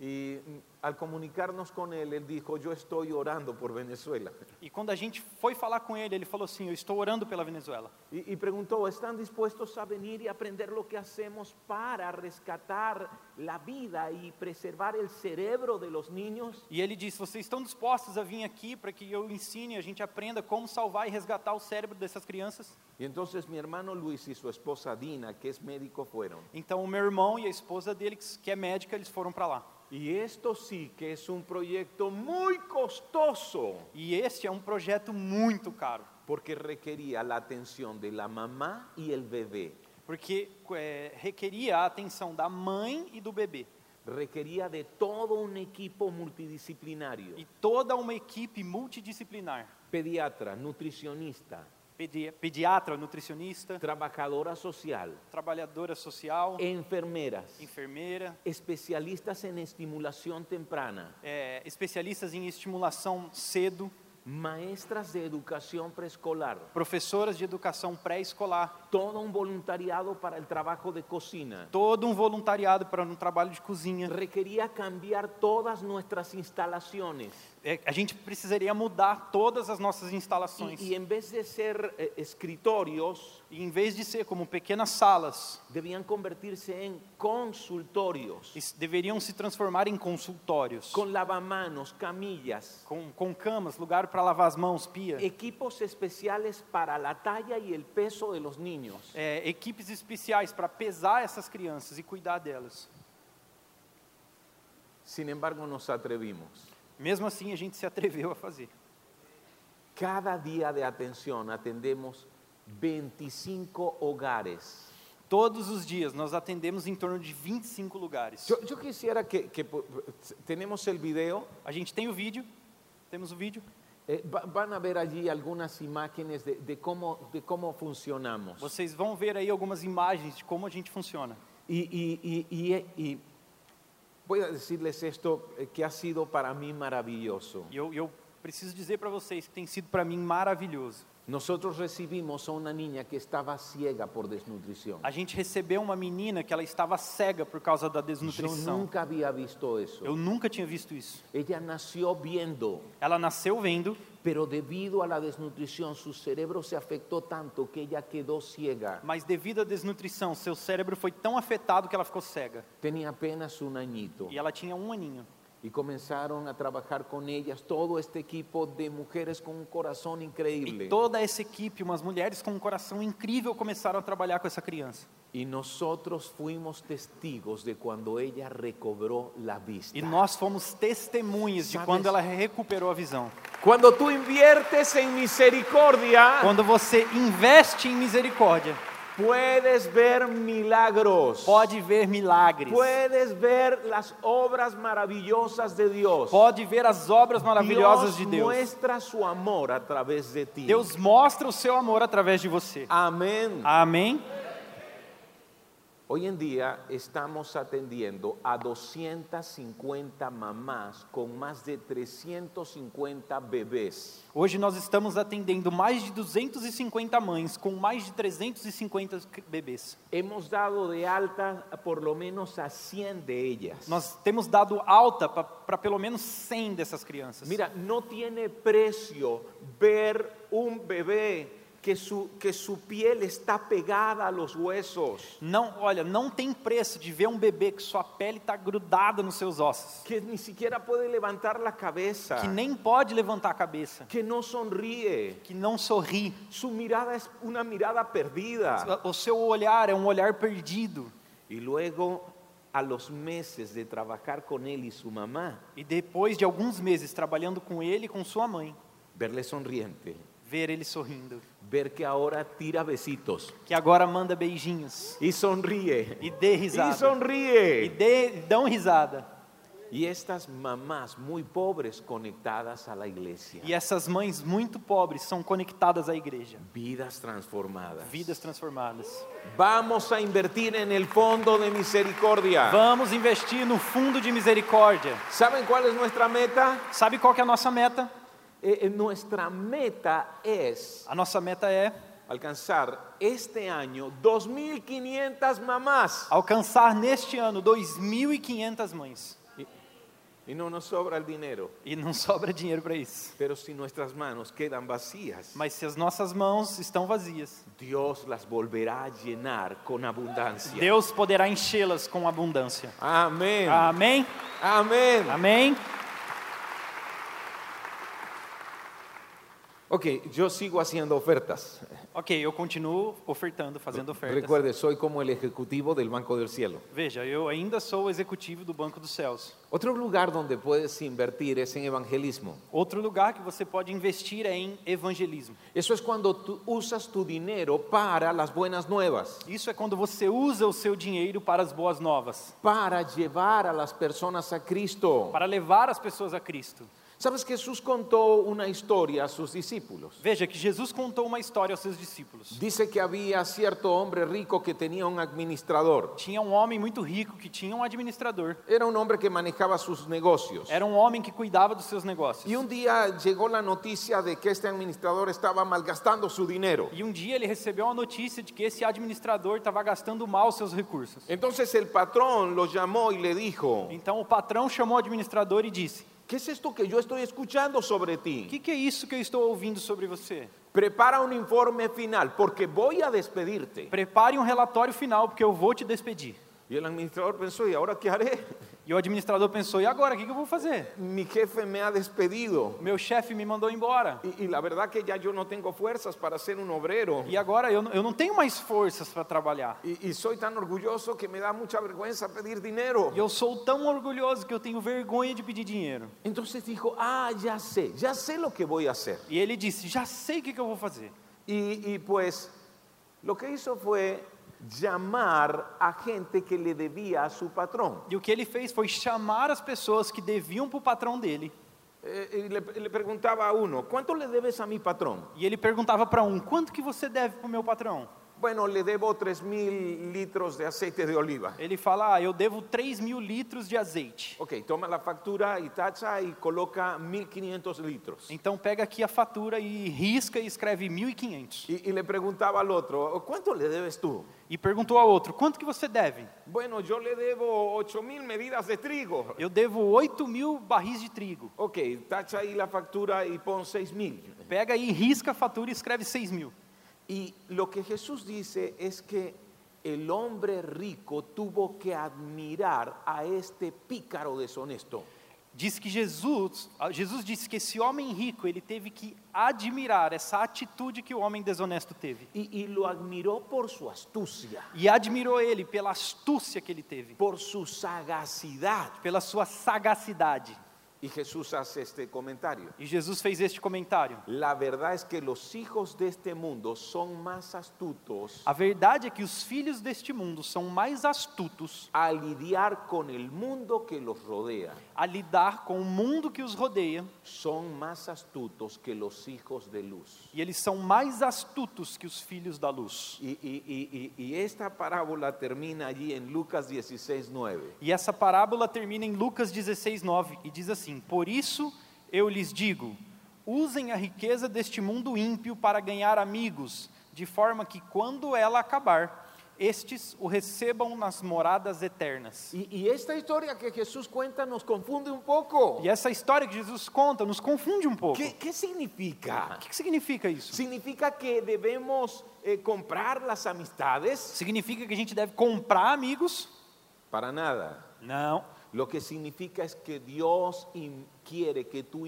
Y mm, al comunicarnos con él, él dijo, yo estoy orando por Venezuela. E quando a gente foi falar com ele, ele falou assim: Eu estou orando pela Venezuela. Y, y preguntó, ¿están dispuestos a venir y aprender lo que hacemos para rescatar la vida y preservar el cerebro de los niños? E ele disse: Vocês estão dispostos a vir aqui para que eu ensine, a gente aprenda como salvar e resgatar o cérebro dessas crianças? Y entonces mi hermano Luis y su esposa Dina, que es médico, fueron. Então, o meu irmão e a esposa dele, que que é médica, eles foram para lá. Y esto sí que es un proyecto muy costoso, E este é um projeto muito caro, porque requería la atención de la mamá y el bebé, porque é, requeria a atenção da mãe e do bebê, requería de todo un equipo multidisciplinario, e toda uma equipe multidisciplinar. pediatra, nutricionista, Pedi- Pediatra, nutricionista, trabajadora social, trabalhadora social, enfermeras, enfermeira, especialistas en estimulación temprana, é, especialistas em estimulação cedo, maestras de educación preescolar, professoras de educação pré-escolar, todo un voluntariado para el trabajo de cocina. todo um voluntariado para um trabalho de cozinha. Requería cambiar todas nuestras instalaciones É, a gente precisaria mudar todas as nossas instalações. y, y en vez de ser eh, escritorios, E em vez de ser como pequenas salas, debían convertirse en consultorios, es- deveriam se transformar em consultórios, com, con lavamanos, camillas, com, camas, lugar para lavar as mãos, pia, equipos especiales para la talla y el peso de los niños. é, equipes especiais para pesar essas crianças e cuidar delas. Sin embargo, nos atrevimos. Mesmo assim, a gente se atreveu a fazer. Cada día de atención atendemos 25 hogares. Todos os dias nós atendemos em torno de 25 lugares. Yo, yo quisiera que, que po- tenemos el video, A gente tem o vídeo, temos o vídeo. eh, va- van a ver allí algunas imágenes de, de cómo, de cómo funcionamos. Vocês vão ver aí algumas imagens de como a gente funciona. Y, y- y- y- y voy a decirles esto eh, que ha sido para mí maravilloso. E eu, eu preciso dizer para vocês que tem sido para mim maravilhoso. Nosotros recibimos a una niña que estaba ciega por desnutrición. A gente recebeu uma menina que ela estava cega por causa da Yo desnutrição. nunca había visto eso. Eu nunca tinha visto isso. Ella nació viendo, Ela nasceu vendo, Pero debido a la desnutrición su cerebro se afectó tanto que ella quedó ciega. Mas devido à desnutrição, seu cérebro foi tão afetado que ela ficou cega. Tenía apenas un añito. E ela tinha um aninho. Y comenzaron a trabajar con ellas todo este equipo de mujeres con un corazón E increíble. toda essa equipe, umas mulheres com um coração incrível, começaram a trabalhar com essa criança. Y nosotros fuimos testigos de cuando ella recobró la vista. Tá. E nós fomos testemunhas de Sabe quando esse- ela recuperou a visão. Cuando tú inviertes en misericordia, Quando você investe em misericórdia, puedes ver milagros. pode ver milagres. Puedes ver las obras maravillosas de Dios. Pode ver as obras Dios maravilhosas de Deus. muestra su amor a través de ti. Deus mostra o seu amor através de você. Amén. Amém? Hoy en día estamos atendiendo a 250 mamás con más de 350 bebés. Hoje nós estamos atendendo mais de 250 mães com mais de 350 c- bebês. Hemos dado de alta a por lo menos a 100 de ellas. Nós temos dado alta para pelo menos 100 dessas crianças. Mira, no tiene precio ver un bebé que su, que su piel está pegada a los huesos, Não, olha, não tem preço de ver um bebê que sua pele está grudada nos seus ossos, que ni siquiera puede levantar la cabeza, que nem pode levantar a cabeça, que no sonríe. que não sorri. Su mirada es una mirada perdida. O seu olhar é um olhar perdido. Y luego, a los meses de trabajar con él y su mamá, E depois de alguns meses trabalhando com ele e com sua mãe, verle sonriente, ver ele sorrindo, ver que ahora tira besitos que agora manda beijinhos y sonríe. e dê Y risada. E sonríe. dê, dão risada. Y estas mamás muy pobres conectadas a la iglesia. E essas mães muito pobres são conectadas à igreja. Vidas transformadas. Vidas transformadas. Vamos a invertir en el fondo de misericordia. Vamos investir no fundo de misericórdia. ¿Saben cuál es nuestra meta? Sabe qual que é a nossa meta? Eh, eh, nuestra meta es A nossa meta é alcanzar este año 2.500 mamás. alcançar neste ano 2.500 mães. Y no nos sobra el dinero, E não sobra dinheiro para isso. pero si nuestras manos quedan vacías, Mas se as nossas mãos estão vazias, Dios las volverá a llenar con abundancia. Deus poderá enchê-las com abundância. Amén. Amém? Amén. Amém? Ok, yo sigo haciendo ofertas. Ok, eu continuo ofertando, fazendo ofertas. Recuerde, soy como el ejecutivo del Banco del Cielo. Veja, eu ainda sou o executivo do Banco dos Céus. Otro lugar donde puedes invertir es en evangelismo. Outro lugar que você pode investir é em evangelismo. Eso es cuando tú usas tu dinero para las buenas nuevas, Isso é quando você usa o seu dinheiro para as boas novas, para llevar a las personas a Cristo. para levar as pessoas a Cristo. Sabes, Jesús contó una historia a sus discípulos. Veja que Jesus contou uma história aos seus discípulos. Dice que había cierto hombre rico que tenía un administrador. Tinha um homem muito rico que tinha um administrador. Era un hombre que manejaba sus negocios. Era um homem que cuidava dos seus negócios. Y un día llegó la noticia de que este administrador estaba malgastando su dinero. E um dia ele recebeu a notícia de que esse administrador estava gastando mal os seus recursos. Entonces el patrón lo llamó y le dijo, Então o patrão chamou o administrador e disse: ¿qué es esto que yo estoy escuchando sobre O ti? que, que é isso que eu estou ouvindo sobre você? Prepara un informe final porque voy a despedirte. Prepare um relatório final, porque eu vou te despedir. Y el administrador pensó, ¿y ahora qué haré? E o administrador pensou: e agora? O que, que eu vou fazer? Mi jefe me ha despedido. Meu chefe me mandou embora. Y, y la verdad que ya yo no tengo fuerzas para ser un obrero. E agora eu, não- eu não tenho mais forças para trabalhar. Y, y soy tan orgulloso que me da mucha vergüenza pedir dinero. E eu sou tão orgulhoso que eu tenho vergonha de pedir dinheiro. Entonces dijo, ah, ya sé, ya sé lo que voy a hacer. E ele disse: já sei o que, que eu vou fazer. Y, y pues lo que hizo fue llamar a gente que le debía a su patrón. E o que ele fez foi chamar as pessoas que deviam para o patrão dele. Eh, y le, le preguntaba a uno, ¿cuánto le debes a mi patrón? E ele perguntava para um: "Quanto que você deve pro meu patrão?" Bueno, le debo tres mil litros de aceite de oliva. Ele fala, ah, eu devo 3 mil litros de azeite. Ok, toma la factura y tacha y coloca 1500 litros. Então pega aqui a fatura e risca e escreve 1.500. Y, y le preguntaba al otro, ¿cuánto le debes tú? E perguntou ao outro, quanto que você deve? Bueno, yo le debo 8000 medidas de trigo. Eu devo 8 mil barris de trigo. Ok, tacha ahí la factura y pon 6000. Pega aí, risca a fatura e escreve 6 mil. Y lo que Jesús dice es que el hombre rico tuvo que admirar a este pícaro deshonesto. Diz que Jesus, ah, Jesus disse que esse homem rico, ele teve que admirar essa atitude que o homem desonesto teve. Y, y lo admiró por su astucia, E admirou ele pela astúcia que ele teve, por su sagacidad. pela sua sagacidade. Y Jesús hace este comentario. E Jesus fez este comentário: La verdad es que los hijos de este mundo son más astutos A verdade é que os filhos deste mundo são mais astutos a lidiar con el mundo que los rodea. a lidar com o mundo que os rodeia, Son más astutos que los hijos de luz. e eles são mais astutos que os filhos da luz. Y, y- y- y- y esta parábola termina allí en Lucas 16, 9. E essa parábola termina em Lucas 16:9 e diz assim: Por isso eu lhes digo: usem a riqueza deste mundo ímpio para ganhar amigos, de forma que quando ela acabar, estes o recebam nas moradas eternas. Y, y esta historia que Jesús cuenta nos confunde un poco. E essa história que Jesus conta nos confunde um pouco. ¿Qué, qué significa? O que que significa isso? ¿Significa que debemos eh, comprar las amistades? Significa que a gente deve comprar amigos? Para nada. Não. Lo que significa es que Dios in- quiere que tú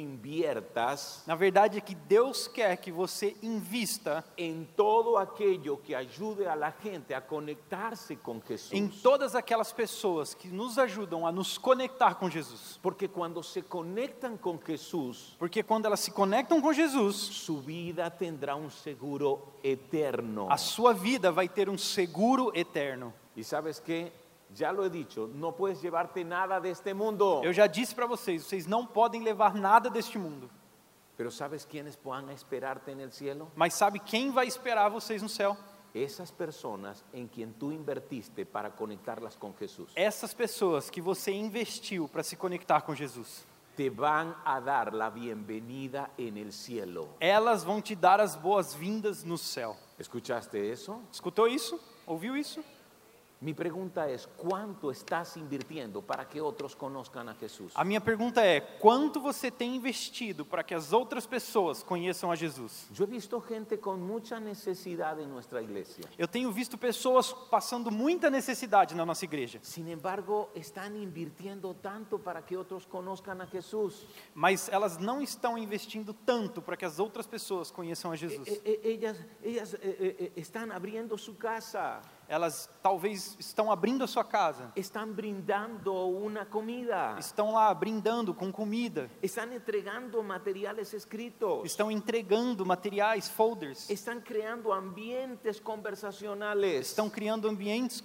inviertas Na verdade é que Deus quer que você invista en todo aquello que ayude a la gente a conectarse con em Jesús. todas aquelas pessoas que nos ajudam a nos conectar com Jesus. Porque cuando se conectan con Jesús, Porque quando elas se conectam com Jesus, su vida tendrá un seguro eterno. a sua vida vai ter um seguro eterno. Y sabes qué, ya lo he dicho, no puedes llevarte nada de este mundo. Eu já disse para vocês, vocês não podem levar nada deste mundo. Pero ¿sabes quiénes van a esperarte en el cielo? Mas sabe quem vai esperar vocês no céu? Esas personas en quien tú invertiste para conectarlas con Jesús. Essas pessoas que você investiu para se conectar com Jesus. Te van a dar la bienvenida en el cielo. Elas vão te dar as boas-vindas no céu. ¿Escuchaste eso? Escutou isso? Ouviu isso? Mi pregunta es, ¿cuánto estás invirtiendo para que otros conozcan a Jesús? A minha pergunta é: quanto você tem investido para que as outras pessoas conheçam a Jesus? Yo he visto gente con mucha necesidad en nuestra iglesia. Eu tenho visto pessoas passando muita necessidade na nossa igreja, Sin embargo, están invirtiendo tanto para que otros conozcan a Jesús. mas elas não estão investindo tanto para que as outras pessoas conheçam a Jesus. E- e- ellas ellas eh, eh, eh, están abriendo su casa, Elas talvez estão abrindo a sua casa, están brindando una comida, estão lá brindando com comida, están entregando materiales escritos, estão entregando materiais, folders, están creando ambientes conversacionales, estão criando ambientes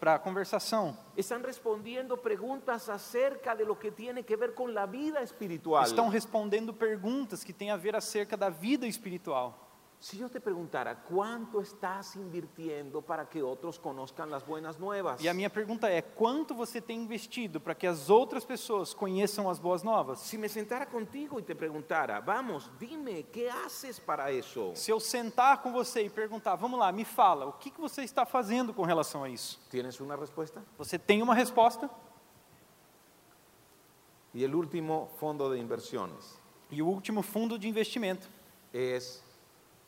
para conversação, están respondiendo preguntas acerca de lo que tiene que ver con la vida espiritual. estão respondendo perguntas que têm a ver acerca da vida espiritual. Si yo te preguntara, ¿cuánto estás invirtiendo para que otros conozcan las buenas nuevas? E a minha pergunta é: quanto você tem investido para que as outras pessoas conheçam as boas novas? Si me sentara contigo y te preguntara, vamos, dime, ¿qué haces para eso? Se eu sentar com você e perguntar, vamos lá, me fala, o que, que você está fazendo com relação a isso? ¿Tienes una respuesta? Você tem uma resposta? Y el último fondo de inversiones E o último fundo de investimento es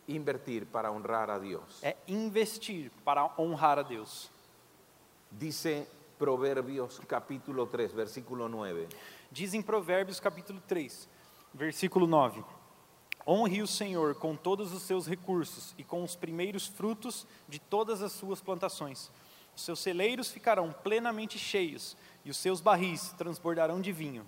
invertir para honrar a Dios. é investir para honrar a Deus. Dice Proverbios capítulo 3, versículo 9. Diz em Provérbios capítulo 3, versículo 9: Honre o Senhor com todos os seus recursos e com os primeiros frutos de todas as suas plantações. Os seus celeiros ficarão plenamente cheios e os seus barris transbordarão de vinho.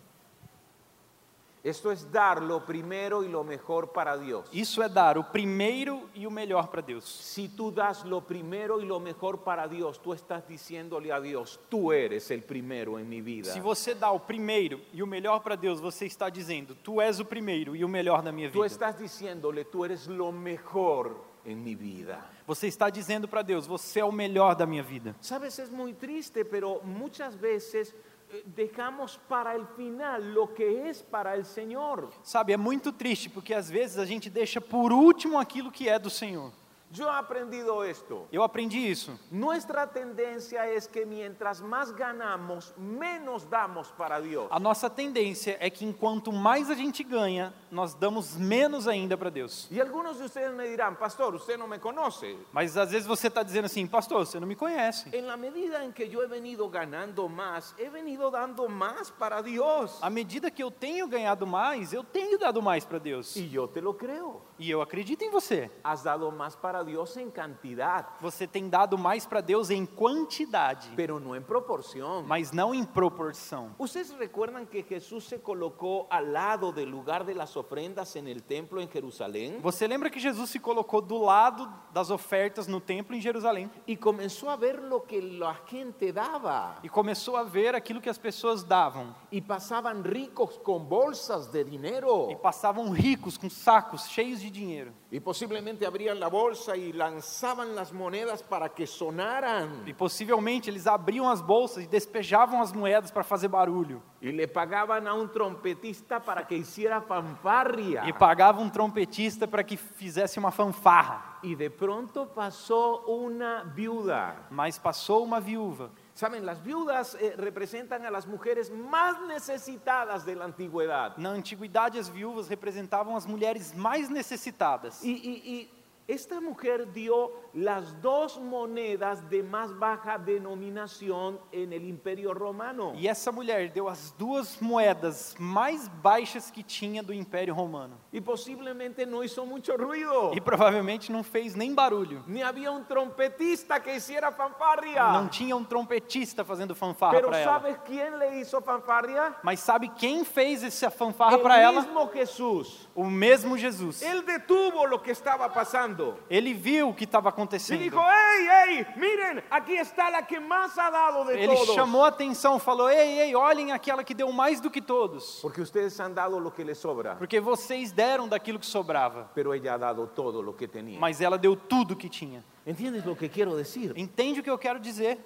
Esto es dar lo primero y lo mejor para Dios. Isso é dar o primeiro e o melhor para Deus. Si tú das lo primero y lo mejor para Dios, tú estás diciéndole a Dios, tú eres el primero en mi vida. Se você dá o primeiro e o melhor para Deus, você está dizendo: Tu és o primeiro e o melhor da minha Tú vida. estás diciéndole, tú eres lo mejor en mi vida. Você está dizendo para Deus: Você é o melhor da minha vida. Sabes, es muy triste, pero muchas veces eh, dejamos para el final lo que es para el Señor. Sabe, é muito triste porque às vezes a gente deixa por último aquilo que é do Senhor. Yo he aprendido esto. Eu aprendi isso. Nuestra tendencia es que mientras más ganamos, menos damos para Dios. A nossa tendência é que enquanto mais a gente ganha, nós damos menos ainda para Deus. Y algunos de ustedes me dirán, pastor, usted no me conoce. Mas às vezes você está dizendo assim, pastor, você não me conhece. En la medida en que yo he venido ganando más, he venido dando más para Dios. À medida que eu tenho ganhado mais, eu tenho dado mais para Deus. Y yo te lo creo. E eu acredito em você. Has dado más para Dios en cantidad, Você tem dado mais para Deus em quantidade, pero no en proporción. mas não em proporção. Ustedes recuerdan que Jesús se colocó al lado del lugar de las ofrendas en el templo en Jerusalén Você lembra que Jesus se colocou do lado das ofertas no templo em Jerusalém y comenzó a ver lo que la gente daba. e começou a ver aquilo que as pessoas davam Y pasaban ricos con bolsas de e dinero. passavam ricos com sacos cheios de dinheiro Y posiblemente abrían la bolsa y lanzaban las monedas para que e sonaran. possivelmente eles abriam as bolsas e despejavam as moedas para fazer barulho Y le pagaban a un trompetista para que hiciera fanfarria. e pagavam um trompetista para que fizesse uma fanfarra. Y de pronto pasó una viuda. Mas passou uma viúva. Saben, las viudas eh, representan a las mujeres más necesitadas de la antigüedad. Na antiguidade as viúvas representavam as mulheres mais necessitadas. Y, y- y esta mujer dio las dos monedas de más baja denominación en el imperio romano. E essa mulher deu as duas moedas mais baixas que tinha do Império Romano. Y posiblemente no hizo mucho ruido. E provavelmente não fez nem barulho. Ni había un trompetista que hiciera fanfarria. Não tinha um trompetista fazendo fanfarra Ah. Pero para ela. ¿sabes quién le hizo fanfarria? Mas sabe quem fez essa fanfarra para el ela? mismo Jesús. O mesmo Jesus. Él detuvo lo que estaba pasando. Ele viu o que Y estava acontecendo. dijo, hey, hey, miren, aquí está la que más ha dado de Ele todos. chamou a atenção, falou: Ei, ei, olhem aquela que deu mais do que todos. Porque ustedes han dado lo que les sobra, Porque vocês deram daquilo que sobrava. pero ella ha dado todo lo que tenía. Mas ela deu tudo que tinha. ¿Entiendes lo que quiero decir? Entende o que eu quero dizer?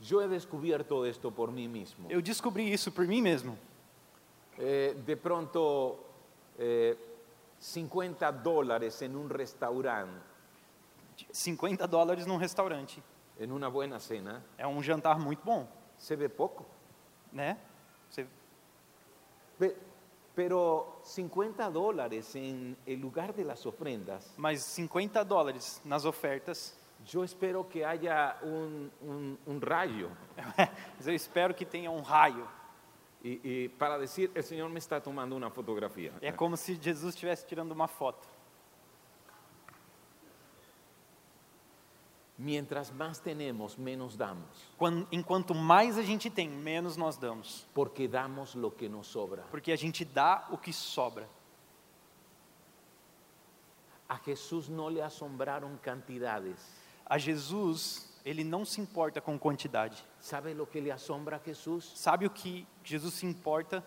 Yo he descubierto esto por mí mismo. Eu descobri isso por mim mesmo. Eh, de pronto, eh, 50 dólares en un restaurante, 50 dólares num restaurante. en una buena cena, É um jantar muito bom, se ve poco. né? Você- Pe- Pero 50 dólares en el lugar de las ofrendas, Mas 50 dólares nas ofertas. yo espero que haya un- un- un rayo. Mas eu espero que tenha um raio. Y, y para decir, el Señor me está tomando una fotografía. É como se Jesus estivesse tirando uma foto. Mientras más tenemos, menos damos, Quan- enquanto mais a gente tem, menos nós damos. porque damos lo que nos sobra. Porque a gente dá o que sobra. A Jesús no le asombraron cantidades. A Jesus, ele não se importa com quantidade. ¿Sabe lo que le asombra a Jesús? Sabe o que Jesus se importa?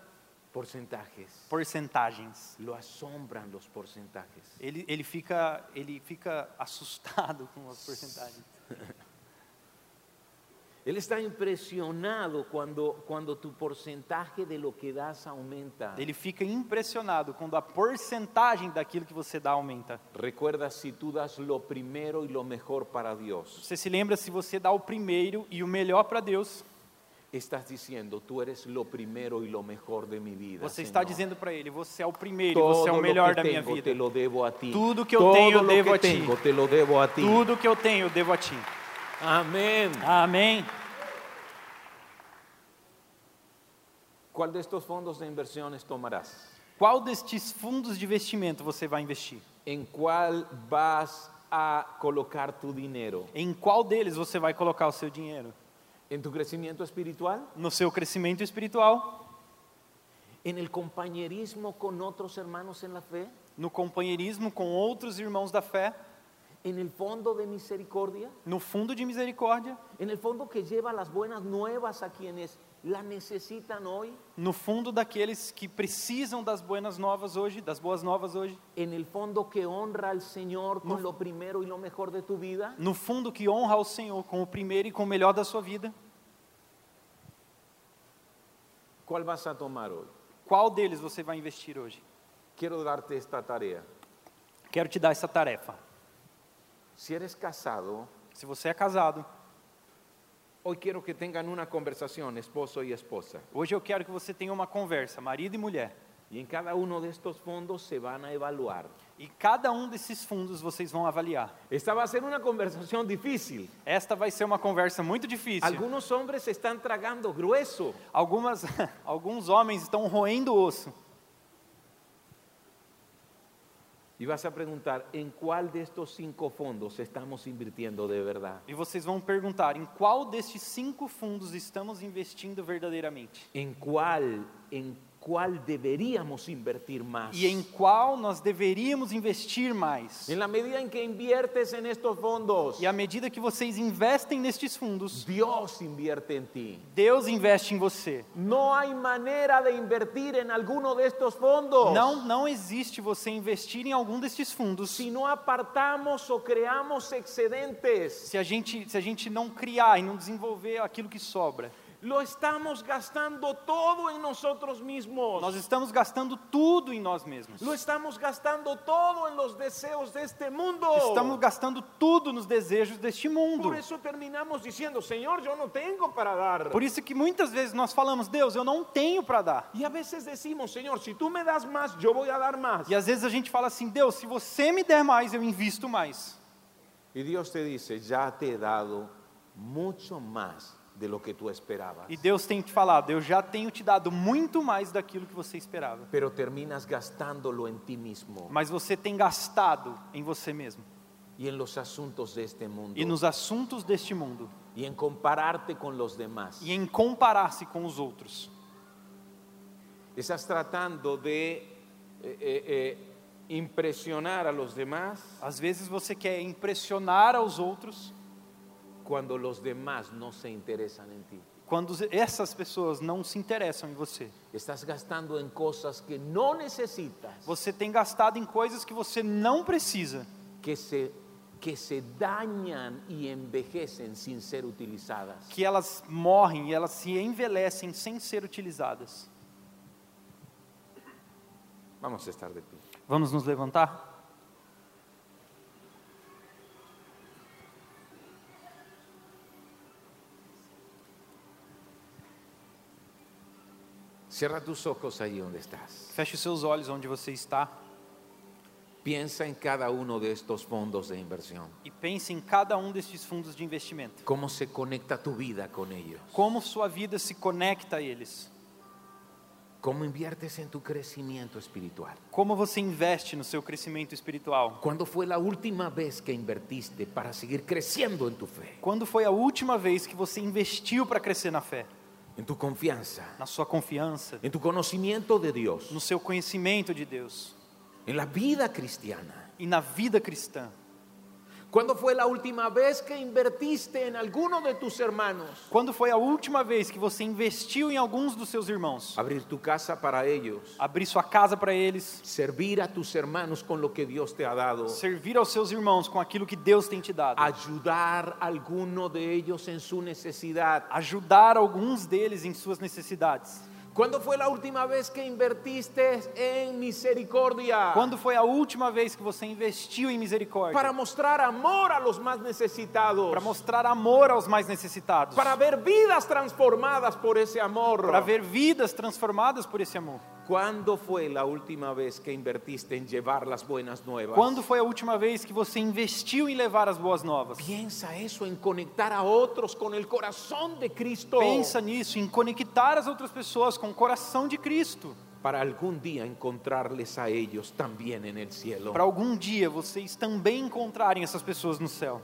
Porcentajes. Porcentagens. Lo asombran los porcentajes. Ele, ele, fica, ele fica assustado com as porcentagens. Él está impresionado cuando, cuando tu porcentaje de lo que das aumenta. Ele fica impressionado quando a porcentagem daquilo que você dá aumenta. Recuerda si tú das lo primero y lo mejor para Dios. Você se lembra se você dá o primeiro e o melhor para Deus, Estás diciendo, tú eres lo primero y lo mejor de mi vida. você está Señor. dizendo para ele, você é o primeiro, assim, Todo você é o lo melhor que da minha tengo vida. Te lo debo a ti. Tudo que eu Todo tenho, lo devo que a ti. tengo, te lo debo a ti. Tudo que eu tenho eu devo a ti. Amén. Amém. ¿Cuál de estos fondos de inversiones tomarás? Qual destes fundos de investimento você vai investir? ¿En cuál vas a colocar tu dinero? Em qual deles você vai colocar o seu dinheiro? ¿En tu crecimiento espiritual? No seu crescimento espiritual, ¿En el compañerismo con otros hermanos en la fe? no companheirismo com outros irmãos da fé, ¿En el fondo de misericordia? no fundo de misericórdia, ¿En el fondo que lleva las buenas nuevas a quienes la necesitan hoy, No fundo daqueles que precisam das buenas novas hoje, das boas novas hoje, en el fondo que honra al Señor con lo primero y lo mejor de tu vida, no fundo que honra ao Senhor com o primeiro e com o melhor da sua vida, ¿cuál vas a tomar hoy? qual deles você vai investir hoje? Quiero darte esta tarea. Quero te dar essa tarefa. Si eres casado, Se você é casado, Hoy quiero que tengan una conversación, esposo y esposa. hoje eu quero que você tenha uma conversa, marido e mulher. y en cada uno de estos fondos se van a evaluar. E cada um desses fundos vocês vão avaliar. Esta va a ser una conversación difícil. Esta vai ser uma conversa muito difícil. Algunos hombres se están tragando grueso. Algumas, alguns homens estão roendo o osso. Y vas a preguntar, ¿en cuál de estos cinco fondos estamos invirtiendo de verdad? E vocês vão perguntar em qual destes cinco fundos estamos investindo verdadeiramente. ¿En cuál, en cuál deberíamos invertir más? E em qual nós deveríamos investir mais. En la medida en que inviertes en estos fondos, E à medida que vocês investem nestes fundos, Dios invierte en ti. Deus investe em você. No hay manera de invertir en alguno de estos fondos Não, não existe você investir em algum destes fundos si no apartamos o creamos excedentes. se a gente, se a gente não criar e não desenvolver aquilo que sobra. Lo estamos gastando todo en nosotros mismos. Nós estamos gastando tudo em nós mesmos. Lo estamos gastando todo en los deseos de este mundo. Estamos gastando tudo nos desejos deste mundo. Por eso terminamos diciendo, Señor, yo no tengo para dar. Por isso que muitas vezes nós falamos, Deus, eu não tenho para dar. Y a veces decimos, Señor, si tú me das más, yo voy a dar más. E às vezes a gente fala assim, Deus, se você me der mais, eu invisto mais. Y Dios te dice, ya te he dado mucho más de lo que tú esperabas. E Deus tem te falado, eu já tenho te dado muito mais daquilo que você esperava. Pero terminas gastándolo en ti mismo Mas você tem gastado em você mesmo y en los asuntos de este mundo e nos assuntos deste mundo y en compararte con los demás. e em comparar-se com os outros. Estás tratando de eh, eh, eh, impresionar a los demás Às vezes você quer impressionar aos outros cuando los demás no se interesan en ti. quando essas pessoas não se interessam em você. Estás gastando en cosas que no necesitas, Você tem gastado em coisas que você não precisa, que se, que se dañan y envejecen sin ser utilizadas. que elas morrem e elas se envelhecem sem ser utilizadas. Vamos a estar de pie. Vamos nos levantar? Cierra tus ojos ahí donde estás. Feche os seus olhos onde você está Piensa en cada uno de estos fondos de inversión. e pense em cada um destes fundos de investimento. ¿Cómo se conecta tu vida con ellos? Como sua vida se conecta a eles? ¿Cómo inviertes en tu crecimiento espiritual? Como você investe no seu crescimento espiritual? ¿Cuándo fue la última vez que invertiste para seguir creciendo en tu fe, Quando foi a última vez que você investiu para crescer na fé, en tu confianza, na sua confiança, en tu conocimiento de Dios, no seu conhecimento de Deus en la vida cristiana? e na vida cristã? ¿Cuándo fue la última vez que invertiste en alguno de tus hermanos? Quando foi a última vez que você investiu em alguns dos seus irmãos? Abrir tu casa para ellos, Abrir sua casa para eles, servir a tus hermanos con lo que Dios te ha dado, servir aos seus irmãos com aquilo que Deus tem te dado, ayudar a alguno de ellos en su necesidad. ajudar alguns deles em suas necessidades. ¿Cuándo fue la última vez que invertiste en misericordia? Quando foi a última vez que você investiu em Para misericórdia? mostrar amor a los más necesitados. Para mostrar amor aos mais necessitados, Para ver vidas transformadas por ese amor. para ver vidas transformadas por esse amor. ¿Cuándo fue la última vez que invertiste en llevar las buenas nuevas? Quando foi a última vez que você investiu em levar as boas novas? Piensa eso en conectar a otros con el corazón de Cristo. Pensa nisso, em conectar as outras pessoas com o coração de Cristo. para algún día encontrarles a ellos también en el cielo. para algum dia vocês também encontrarem essas pessoas no céu.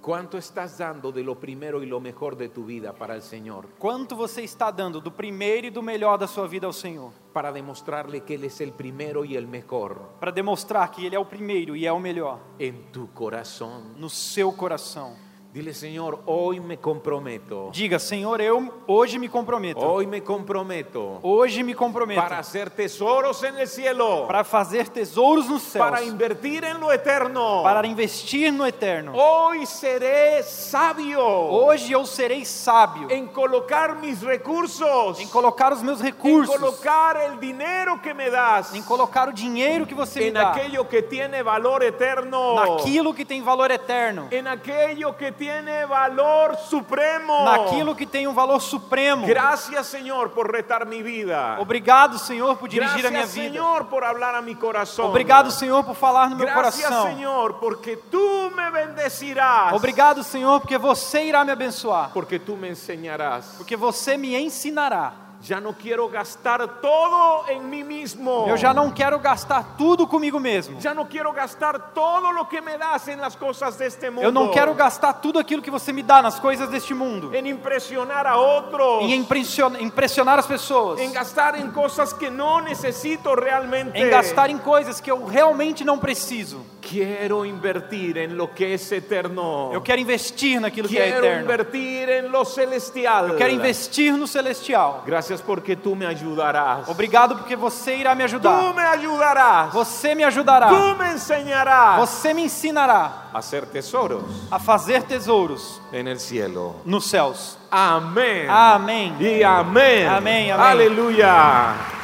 ¿Cuánto estás dando de lo primero y lo mejor de tu vida para el Señor? Quanto você está dando do primeiro e do melhor da sua vida ao Senhor, Para demostrarle que Él es el primero y el mejor para demonstrar que Ele é o primeiro e é o melhor en tu corazón. no seu coração. Dile, Señor, hoy me comprometo. Diga, Senhor, eu hoje me comprometo. Hoy me comprometo Hoje me comprometo para hacer tesoros en el cielo, para fazer tesouros nos céus, para invertir en lo eterno. para investir no eterno. Hoy seré sabio Hoje eu serei sábio em, en colocar mis recursos, colocar os meus en recursos, colocar el dinero que me das, em colocar o dinheiro que você me en dá aquello que tiene valor eterno, naquilo que tem valor eterno, en aquello que tiene valor supremo. naquilo que tem um valor supremo. Gracias, Señor, por retar mi vida. Obrigado, Senhor, por dirigir a minha Gracias, vida. Señor, por hablar a mi corazón. Obrigado, Senhor, por falar no meu Gracias, coração. Señor, porque tú me bendecirás. Obrigado, Senhor, porque você irá me abençoar. Porque tú me enseñarás. Porque você me ensinará. Ya no quiero gastar todo en mí mismo. Eu já não quero gastar tudo comigo mesmo. Ya no quiero gastar todo lo que me das en las cosas de este mundo. Eu não quero gastar tudo aquilo que você me dá nas coisas deste mundo. en impresionar a otros. Em impressiona- impressionar as pessoas. en gastar en cosas que no necesito realmente. Em gastar em coisas que eu realmente não preciso. Quiero invertir en lo que es eterno. Eu quero investir naquilo que é Quiero eterno. invertir en lo celestial. Eu quero investir no celestial. Gracias porque tú me ayudarás. Obrigado porque você irá me Tú ajudar. me ayudarás. Você me ajudará. Tú me enseñarás Você me ensinará a hacer tesoros a fazer tesouros en el cielo. nos céus. Amén. Amém. Y amén. Ah. Amén, amén. Aleluya.